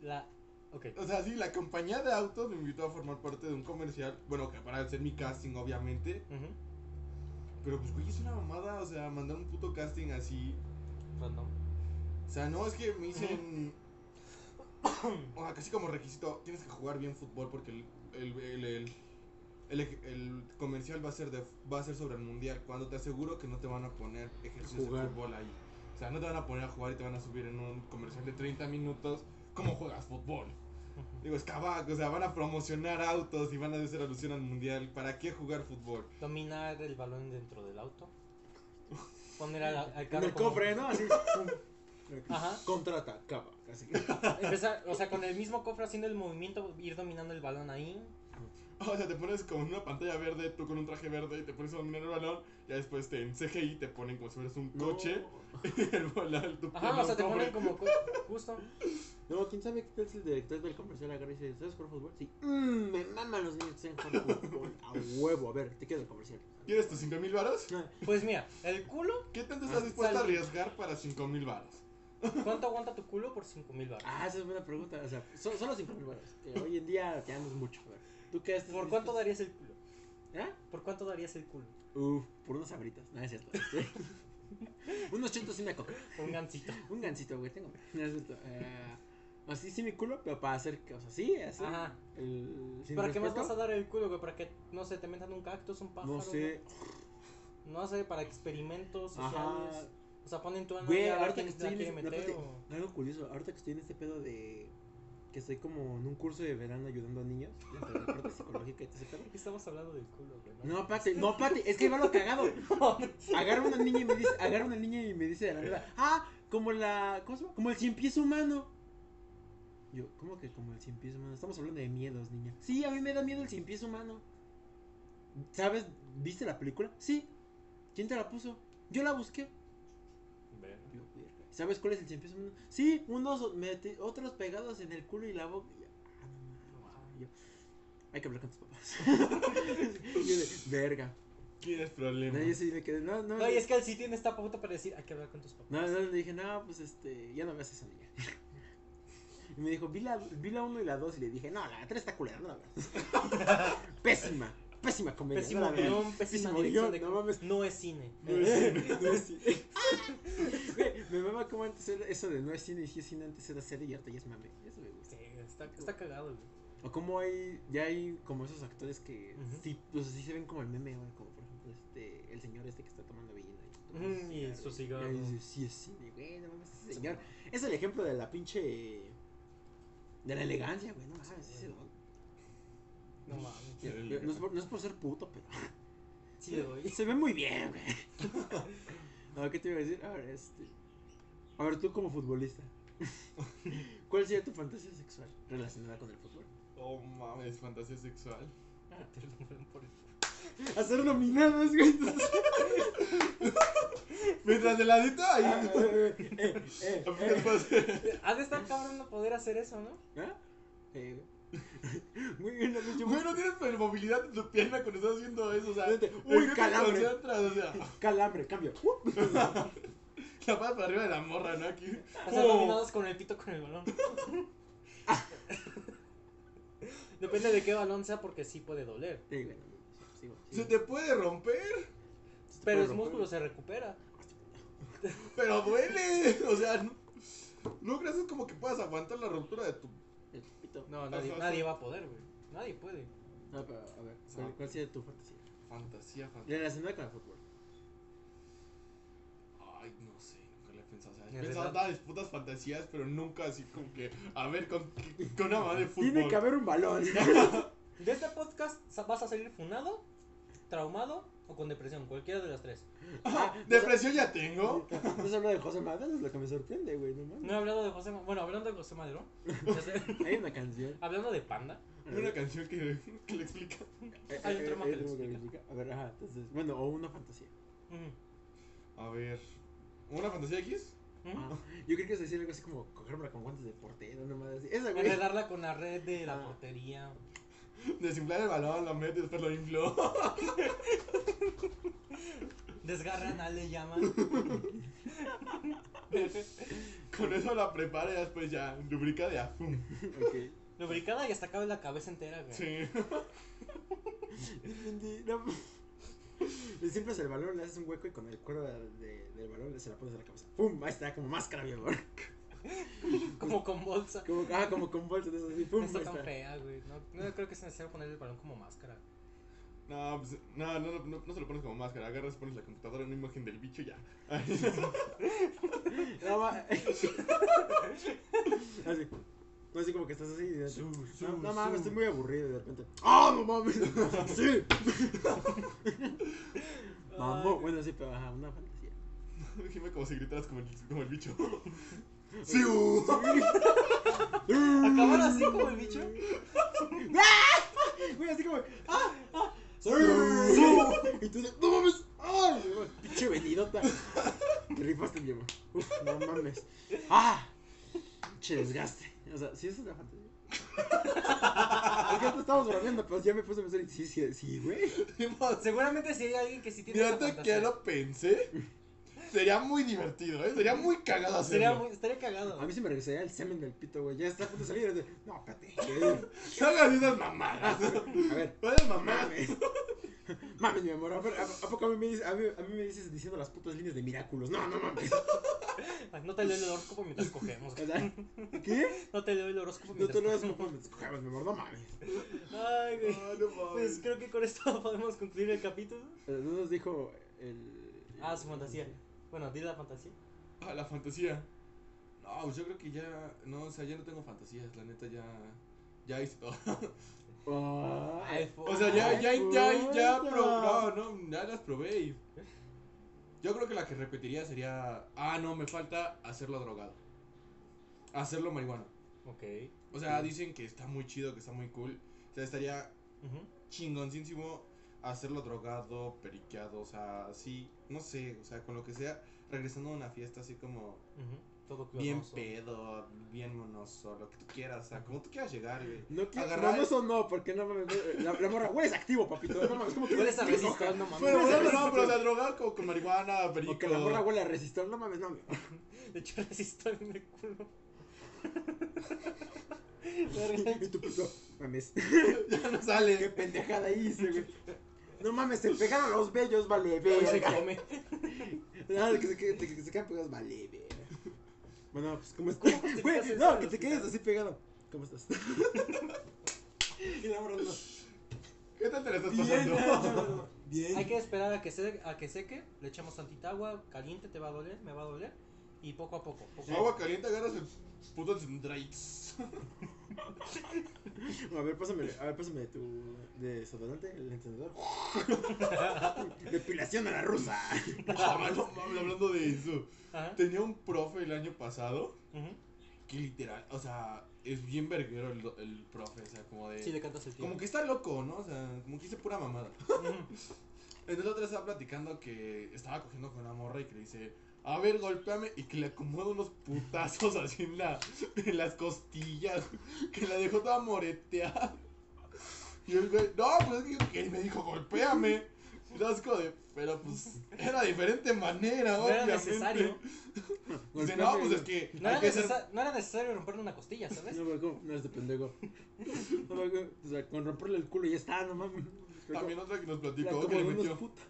La. Ok. O sea, sí, la compañía de autos me invitó a formar parte de un comercial. Bueno, que para hacer mi casting, obviamente. Ujú. Pero pues, güey, es una mamada. O sea, mandar un puto casting así. Random. O sea, no, es que me dicen. O sea, casi como requisito, tienes que jugar bien fútbol porque el, el, el, el- el ej- el comercial va a, ser de, va a ser sobre el mundial. Cuando te aseguro que no te van a poner ejercicios Jugar. de fútbol ahí. O sea, no te van a poner a jugar y te van a subir en un comercial de 30 minutos. ¿Cómo juegas fútbol? Ujú. Digo, es cabac, o sea, van a promocionar autos y van a hacer alusión al mundial. ¿Para qué jugar fútbol? Dominar el balón dentro del auto. Poner al, al En carro. el como- cofre, ¿no? Así. pum. Ajá. Contrata, capa. Así Empezar, o sea, con el mismo cofre haciendo el movimiento, ir dominando el balón ahí. O sea, te pones como en una pantalla verde, tú con un traje verde y te pones a dominar el balón. Ya después te, en CGI te ponen como si fueras un coche. Y el balón, tu Ajá, pierna, o sea, un te ponen cofre. como co- justo. No, quién sabe qué tal si el director del comercial agarra y dice, ¿sabes jugar fútbol? Sí. Mmm, me maman los niños que saben jugar fútbol. A huevo, a ver, te quedo el comercial. ¿Quieres tus 5 mil varos? Pues mira, el culo, ¿Qué tanto estás dispuesto a Ah. Sal- arriesgar para 5 mil varos? ¿cuánto aguanta tu culo por 5 mil baros? Ah, esa es buena pregunta. O sea, so- solo cinco mil baros. Que hoy en día ya no es mucho. A ver, ¿tú qué haces? ¿Por cuánto darías el culo? ¿Eh? ¿Por cuánto darías el culo? Uf, por unas sabritas. No, es cierto. Unos chuntos y una coca. Por Un gancito. Un gancito, güey, tengo. hambre. No es cierto. Eh, Así sí mi culo, pero para hacer cosas así, así. Ajá. El, sin ¿Para qué más respeto. vas a dar el culo, güey? ¿Para que, no sé, te metan un cactus, un pájaro? No sé. güey? No sé, para experimentos sociales. Ajá. O sea, ponen tu Güey, a ver ahorita quién que la estoy en quiere este- meter espérate. o- Algo curioso, ahorita que estoy en este pedo de que estoy como en un curso de verano ayudando a niños, entre la parte psicológica y todo ese pedo. ¿Qué Estamos hablando del culo, güey. No, Pati, no, Pati, es que va lo cagado. No, Agarra una niña y me dice, agarra una niña y me dice de la nada, ah, como la, ¿cómo se llama? Como el cien pies humano. Yo, ¿cómo que como el cien pies humano? Estamos hablando de miedos, niña. Sí, a mí me da miedo el cien pies humano. ¿Sabes? ¿Viste la película? Sí. ¿Quién te la puso? Yo la busqué. Verga. Yo, verga. ¿Sabes cuál es el cien pies humano? Sí, unos mete- otros pegados en el culo y la boca. Y yo, ah, no mames. Yo, Hay que hablar con tus papás. Y yo de, verga. ¿Tienes No, problemas? yo sí me quedé. No, no. No, y es que él sí tiene esta pauta para decir, hay que hablar con tus papás. No, no, le dije, no, pues este, ya no veas esa niña. Y me dijo, vi la, vi la 1 y la 2 y le dije, no, la 3 está culera, no la veas. pésima, pésima comedia. pésimo no la veas. guión, pésima Pésimo dirección guión, de- no mames. No es cine. No es cine, no es cine. Güey, Me mama como antes era eso de no es cine y si es cine antes era serie y ahorita ya es mame. Eso me gusta. Sí, está, está cagado, güey. O como hay, ya hay como esos actores que Ujú. sí, pues sí se ven como el meme, güey, como por ejemplo este, el señor este que está tomando vino y, toma Ujú, y su cigarro. Y dice, sí, es cine, güey, no mames, ese señor. Es el ejemplo de la pinche, de la elegancia, güey, no mames, ese don. No mames. Sí, No es, por, no es por ser puto, pero Sí, güey. se ve muy bien, güey. No, ¿qué te iba a decir? A ver, este, a ver, tú como futbolista, ¿cuál sería tu fantasía sexual relacionada con el fútbol? Oh mames, fantasía sexual. Ah, Te lo ponen por el- Hacer nominadas, güey. Mientras de ladito ahí. Ah. Eh, eh, eh, apenas puedo hacer- Ha de estar cabrón no poder hacer eso, ¿no? ¿Ah? Eh, Muy bien, lo dicho. Güey, no tienes pero movilidad en tu pierna cuando estás haciendo eso, o sea. Fíjate, ¿en uy, qué te calambre. concentras? O sea, Calambre, cambio. Uh. la paz para arriba de la morra, ¿no? Aquí. Hacer Oh. dominadas con el pito con el balón. Depende de qué balón sea, porque sí puede doler. Sí, bueno, sigo, Se sigo. te puede romper, Pero puede el romper. músculo se recupera. pero duele. O sea, no, no creas es como que puedas aguantar la ruptura de tu. El pito. No, nadie, Ajá, nadie sí. va a poder, güey. Nadie puede. No, pero a ver, ¿cuál, cuál sería tu fantasía? Fantasía, fantasía. Relacionada con el fútbol. Ay, no sé, nunca le he pensado. O sea, he ¿De pensado en verdad? todas mis putas fantasías, pero nunca así como que. A ver, con, con una madre de fútbol. Tiene que haber un balón. De este podcast sa- vas a salir funado, traumado o con depresión, cualquiera de las tres. Depresión ya tengo. No se habla de José Madero, es lo que me sorprende, güey, no No he mames. hablado de José Ma- Bueno, hablando de José Madero. ya sé, Hay una canción. hablando de Panda. Hay una canción que, que le explica. Eh, hay eh, un trama eh, que lo hay un trama explica. explica. A ver, ajá, entonces, bueno, o una fantasía. Mm, A ver. ¿Una fantasía X? mm. Ah, ¿Eh? yo creo que es decir algo así como cogérmela con guantes de portero, no mames. así. Esa, güey. Enredarla con la red de la Ah. portería. Desinflar el balón, lo metes, después lo infló. Desgarran a le llaman. Con eso la prepara y después ya lubrica de afum. Ok. Lubricada y hasta cabe la cabeza entera, güey. Sí. Entendí, no. Le siempre el balón, le haces un hueco y con el cuero de- de- del balón le se la pones a la cabeza. ¡Pum! Ahí está, como máscara, mi amor. Como con bolsa. Como, ah, como con bolsas de esas así. ¡Pum! No está ahí tan está. fea, güey. No, no creo que sea necesario poner el balón como máscara. No, pues, no, no, no, no, no se lo pones como máscara. Agarras, pones la computadora, una imagen del bicho y ya. No, va- así. No, así como que estás así. y de- no, no mames, estoy muy aburrido y de repente. ¡Ah, no mames! ¡Sí! Mamó. Bueno, sí, pero ajá, una fantasía. Dime como si gritaras como el, como el bicho. ¡Sí! uh. Acabar así como el bicho. Güey, así como. ¡Ah! ¡Ah! ¡Sí! Y tú de, ¡No mames! ¡Ay! güey, ¡Pinche venidota! Te rifaste, mi amor. Uf, no mames. ¡Ah! ¡Pinche desgaste! O sea, sí, eso es la fantasía. Es que antes estábamos bromeando, pero ya me puse a pensar. y Sí, sí, sí, güey. Seguramente si hay alguien que sí tiene esa Fíjate fantasía. que lo pensé. Sería muy divertido, ¿eh? Sería muy cagado hacerlo. pues Sería muy, estaría A cagado. mí se me regresaría el semen del pito, güey. Ya está a punto de salir. y de, No, espérate. güey. No hagas esas mamadas. A ver, No hagas no mamadas. mames. Mames, mi amor, ¿a, a- a poco a mí, me dices, a, mí, a mí me dices diciendo las putas líneas de Miraculous? No, no mames. Ay, no te leo el horóscopo mientras cogemos. O sea, ¿Qué? No te leo el horóscopo No mientras te lo das, no mames. Cogemos, mi amor, no mames. Ay, güey. Ah, no mames. Pues creo que con esto podemos concluir el capítulo. Eh, No nos dijo el. Ah, su fantasía. Bueno, di la fantasía. Ah, la fantasía. No, pues yo creo que ya. No, o sea, ya no tengo fantasías, la neta ya. Ya hice todo. Ah, Ay, O sea, ya, ya, Ay, ya, ya, puta. pro- no, no, ya las probé. y- Yo creo que la que repetiría sería. Ah, no, me falta hacerlo drogado. Hacerlo marihuana. Ok. O sea, dicen que está muy chido, que está muy cool. O sea, estaría Ujú. chingoncísimo hacerlo drogado, periqueado, o sea, así, no sé, o sea, con lo que sea, regresando a una fiesta así como Ujú. Todo bien cloroso. pedo, bien monoso, lo que tú quieras, o sea, como tú quieras llegar, güey. No quiero. Agarrar- No, eso no, porque no mames. no, La, la morra, güey, es activo, papito. No mames, ¿cómo que Hueles a que- resistol, no mames. Bueno, bueno, no, pero o sea, drogar como con marihuana, O perico. que la morra huele a resistor, no mames, no mames. De hecho, resistol en el culo. Y tu puto, mames. ya no sale. Qué pendejada hice, güey. No mames, se pegaron los bellos, vale, verga. come. Nada, Ah, que se, que, que, que se quedan pegados, vale, verga. Bueno, pues, ¿cómo ¿Cómo estás? que te quedas Güey, sentado no, en que el te quedes hospital? así pegado. ¿Cómo estás? y la morra, no. ¿Qué tal te la estás Bien, pasando? no, no, no. Bien. Hay que esperar a que, se, a que seque. Le echamos tantita agua caliente, te va a doler, me va a doler. Y poco a poco. poco a Agua caliente, agarras el puto Drakes. A ver, pásame, a ver, pásame tu desodorante, el encendedor. Depilación a la rusa. Hablando, hablando de eso, poco. Ajá. tenía un profe el año pasado Ujú. que literal, o sea, es bien verguero el, do- el profe, o sea, como de... Sí, le cantas el tío. Como que está loco, ¿no? O sea, como que hice pura mamada. Ujú. Entonces la otra estaba platicando que estaba cogiendo con una morra y que le dice, a ver, golpeame y que le acomoda unos putazos así en, la, en las costillas, que la dejó toda moreteada. Y el güey, no, pues es que yo- que me dijo, golpeame. Y yo así como de, pero pues era diferente manera, No era obviamente". necesario. Dice, no, pues es que No hay era, que ser necesa- no era necesario romperle una costilla, ¿sabes? No, güey, ¿cómo? No eres de pendejo. No, güey, güey, o sea, con romperle el culo ya está, no mames. También otra que nos La platicó que como le de unos metió, putas.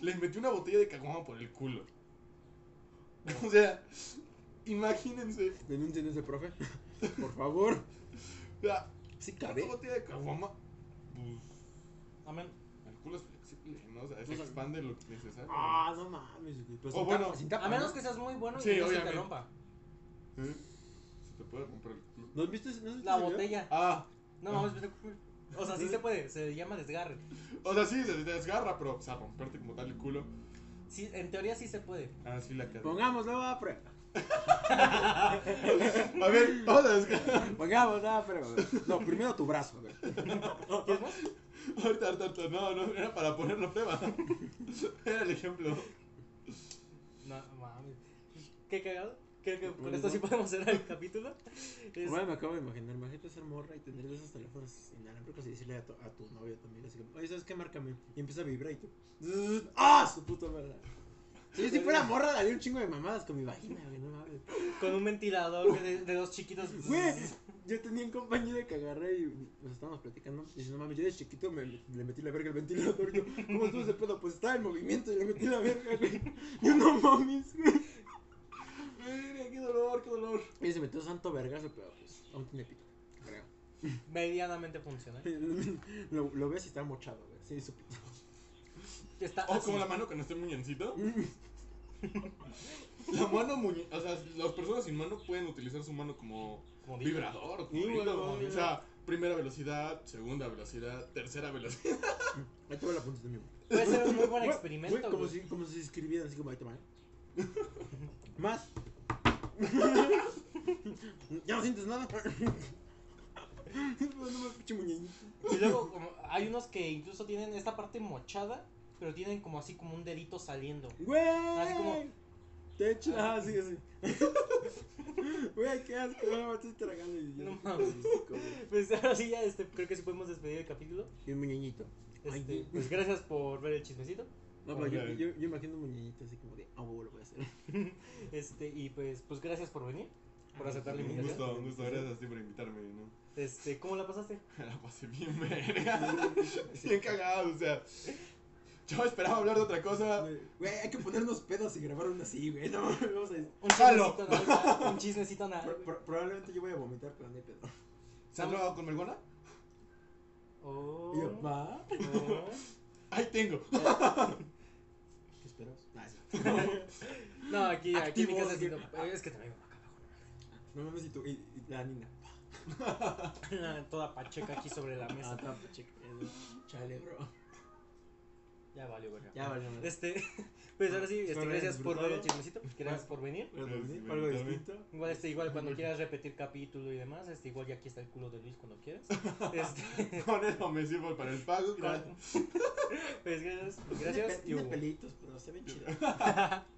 le metió una botella de caguama por el culo. O sea, imagínense. Denuncien a ese profe. Por favor. O sea, Sí, una botella de caguama, pues, Amén. el culo es flexible, ¿no? O sea, se Pues, expande lo necesario. Ah, no mames, güey. Pues O sin bueno, tapa- sin tapa, A menos ¿no? que seas muy bueno y Sí, no se te obviamente. rompa. ¿Eh? Se te puede romper el culo. ¿No has visto ese- no has visto La ese video? botella. Ah, No, vamos. O sea, sí se puede. Se llama desgarre. o sea, sí, se te desgarra, pero, o sea, romperte como tal el culo. Sí, en teoría sí se puede. Ah, sí, la cadena. Pongámoslo a prueba. A ver, vamos a desgarrar. Pongámoslo a prueba. güey. No, primero tu brazo, güey. ¿Quieres más? Ahorita, ahorita, ahorita, no, no, era para ponerlo a prueba. Era el ejemplo. No mames. Qué cagado. Creo que con esto sí podemos cerrar el capítulo. Es- Bueno, me acabo de imaginar, imagínate ser morra y tener esos teléfonos inalámbricos y decirle a tu, a tu novio también, así como, oye, ¿sabes qué? Márcame. Y empieza a vibrar y tú, "Zzzz". ¡ah! Su puta madre. Si yo si fuera morra, daría un chingo de mamadas con mi vagina, güey, no mames. Con un ventilador de, de dos chiquitos. Güey, yo tenía un compañero que agarré y nos estábamos platicando. Y dice, no mames, yo de chiquito me, le metí la verga al ventilador. Yo, ¿cómo estuvo ese pedo? Pues estaba en movimiento y le metí la verga, güey. Yo, no mames, güey. Mira, qué dolor, qué dolor. Y se metió santo vergazo, pero pues aún tiene pito. creo. Medianamente funciona. Lo, lo ves y está mochado, güey. Sí, su pito. Está O así. como la mano con este muñoncito. La mano muñe... O sea, las personas sin mano pueden utilizar su mano como Como vibra. vibrador. como Sí, güey, dildo, no, o sea, primera velocidad, segunda velocidad, tercera velocidad. Ahí te va la punta de mi mano. Puede ser un muy buen Güey, experimento. güey, como, güey. si, como si escribieran así como ahí te va. ¿eh? Más. ya no sientes nada. no me pinche muñeñito. Y luego como, hay unos que incluso tienen esta parte mochada, pero tienen como así como un dedito saliendo. Güey. Así como- Te echo. Ah, sí, sí. Güey, qué asco. No, me estoy tragando y No mames. Pues ahora sí ya este, creo que sí podemos despedir el capítulo. Y un muñeñito. Ay, Este, no. pues gracias por ver el chismecito. No, pero yo, Ok. yo, yo imagino un muñeñito así como de, ah, huevo, lo voy a hacer. Este, y pues, pues gracias por venir. por aceptar la Un invitación. gusto, un gusto, gracias a ti por invitarme, ¿no? Este, ¿Cómo la pasaste? La pasé bien verga. bien cagado, o sea. Yo esperaba hablar de otra cosa. Güey, hay que ponernos pedos y grabar una así, güey. No, vamos a... Un ¡Jalo! chismecito a la verga, Un chismecito a la Pro- pro- probablemente yo voy a vomitar, pero no hay pedo. ¿Se han drogado con mergona? Oh. Y yo, ¿va? oh. Ahí tengo. ¿Qué esperas? Nah, Ah, sí. No, aquí, aquí en mi Activos, casa que- sí no- Es que traigo acá abajo. No mames, y tú, y, y la nina. ¿no? Toda pacheca aquí sobre la mesa. Ah, checa. Chale, bro. Ya valió, verga. Ya valió. madre. Este, pues ahora sí, este, Espero gracias por ver el disfrutado. chismecito. Gracias por venir. Bueno, Gracias, ¿sí? güey, Algo también. distinto. Igual, este, igual cuando quieras repetir capítulo y demás, este, igual ya aquí está el culo de Luis cuando quieras. Este, Con eso me sirvo para el pago. con- pues gracias, gracias Tiene, pe- y tiene hubo. pelitos, pero se ven chidos.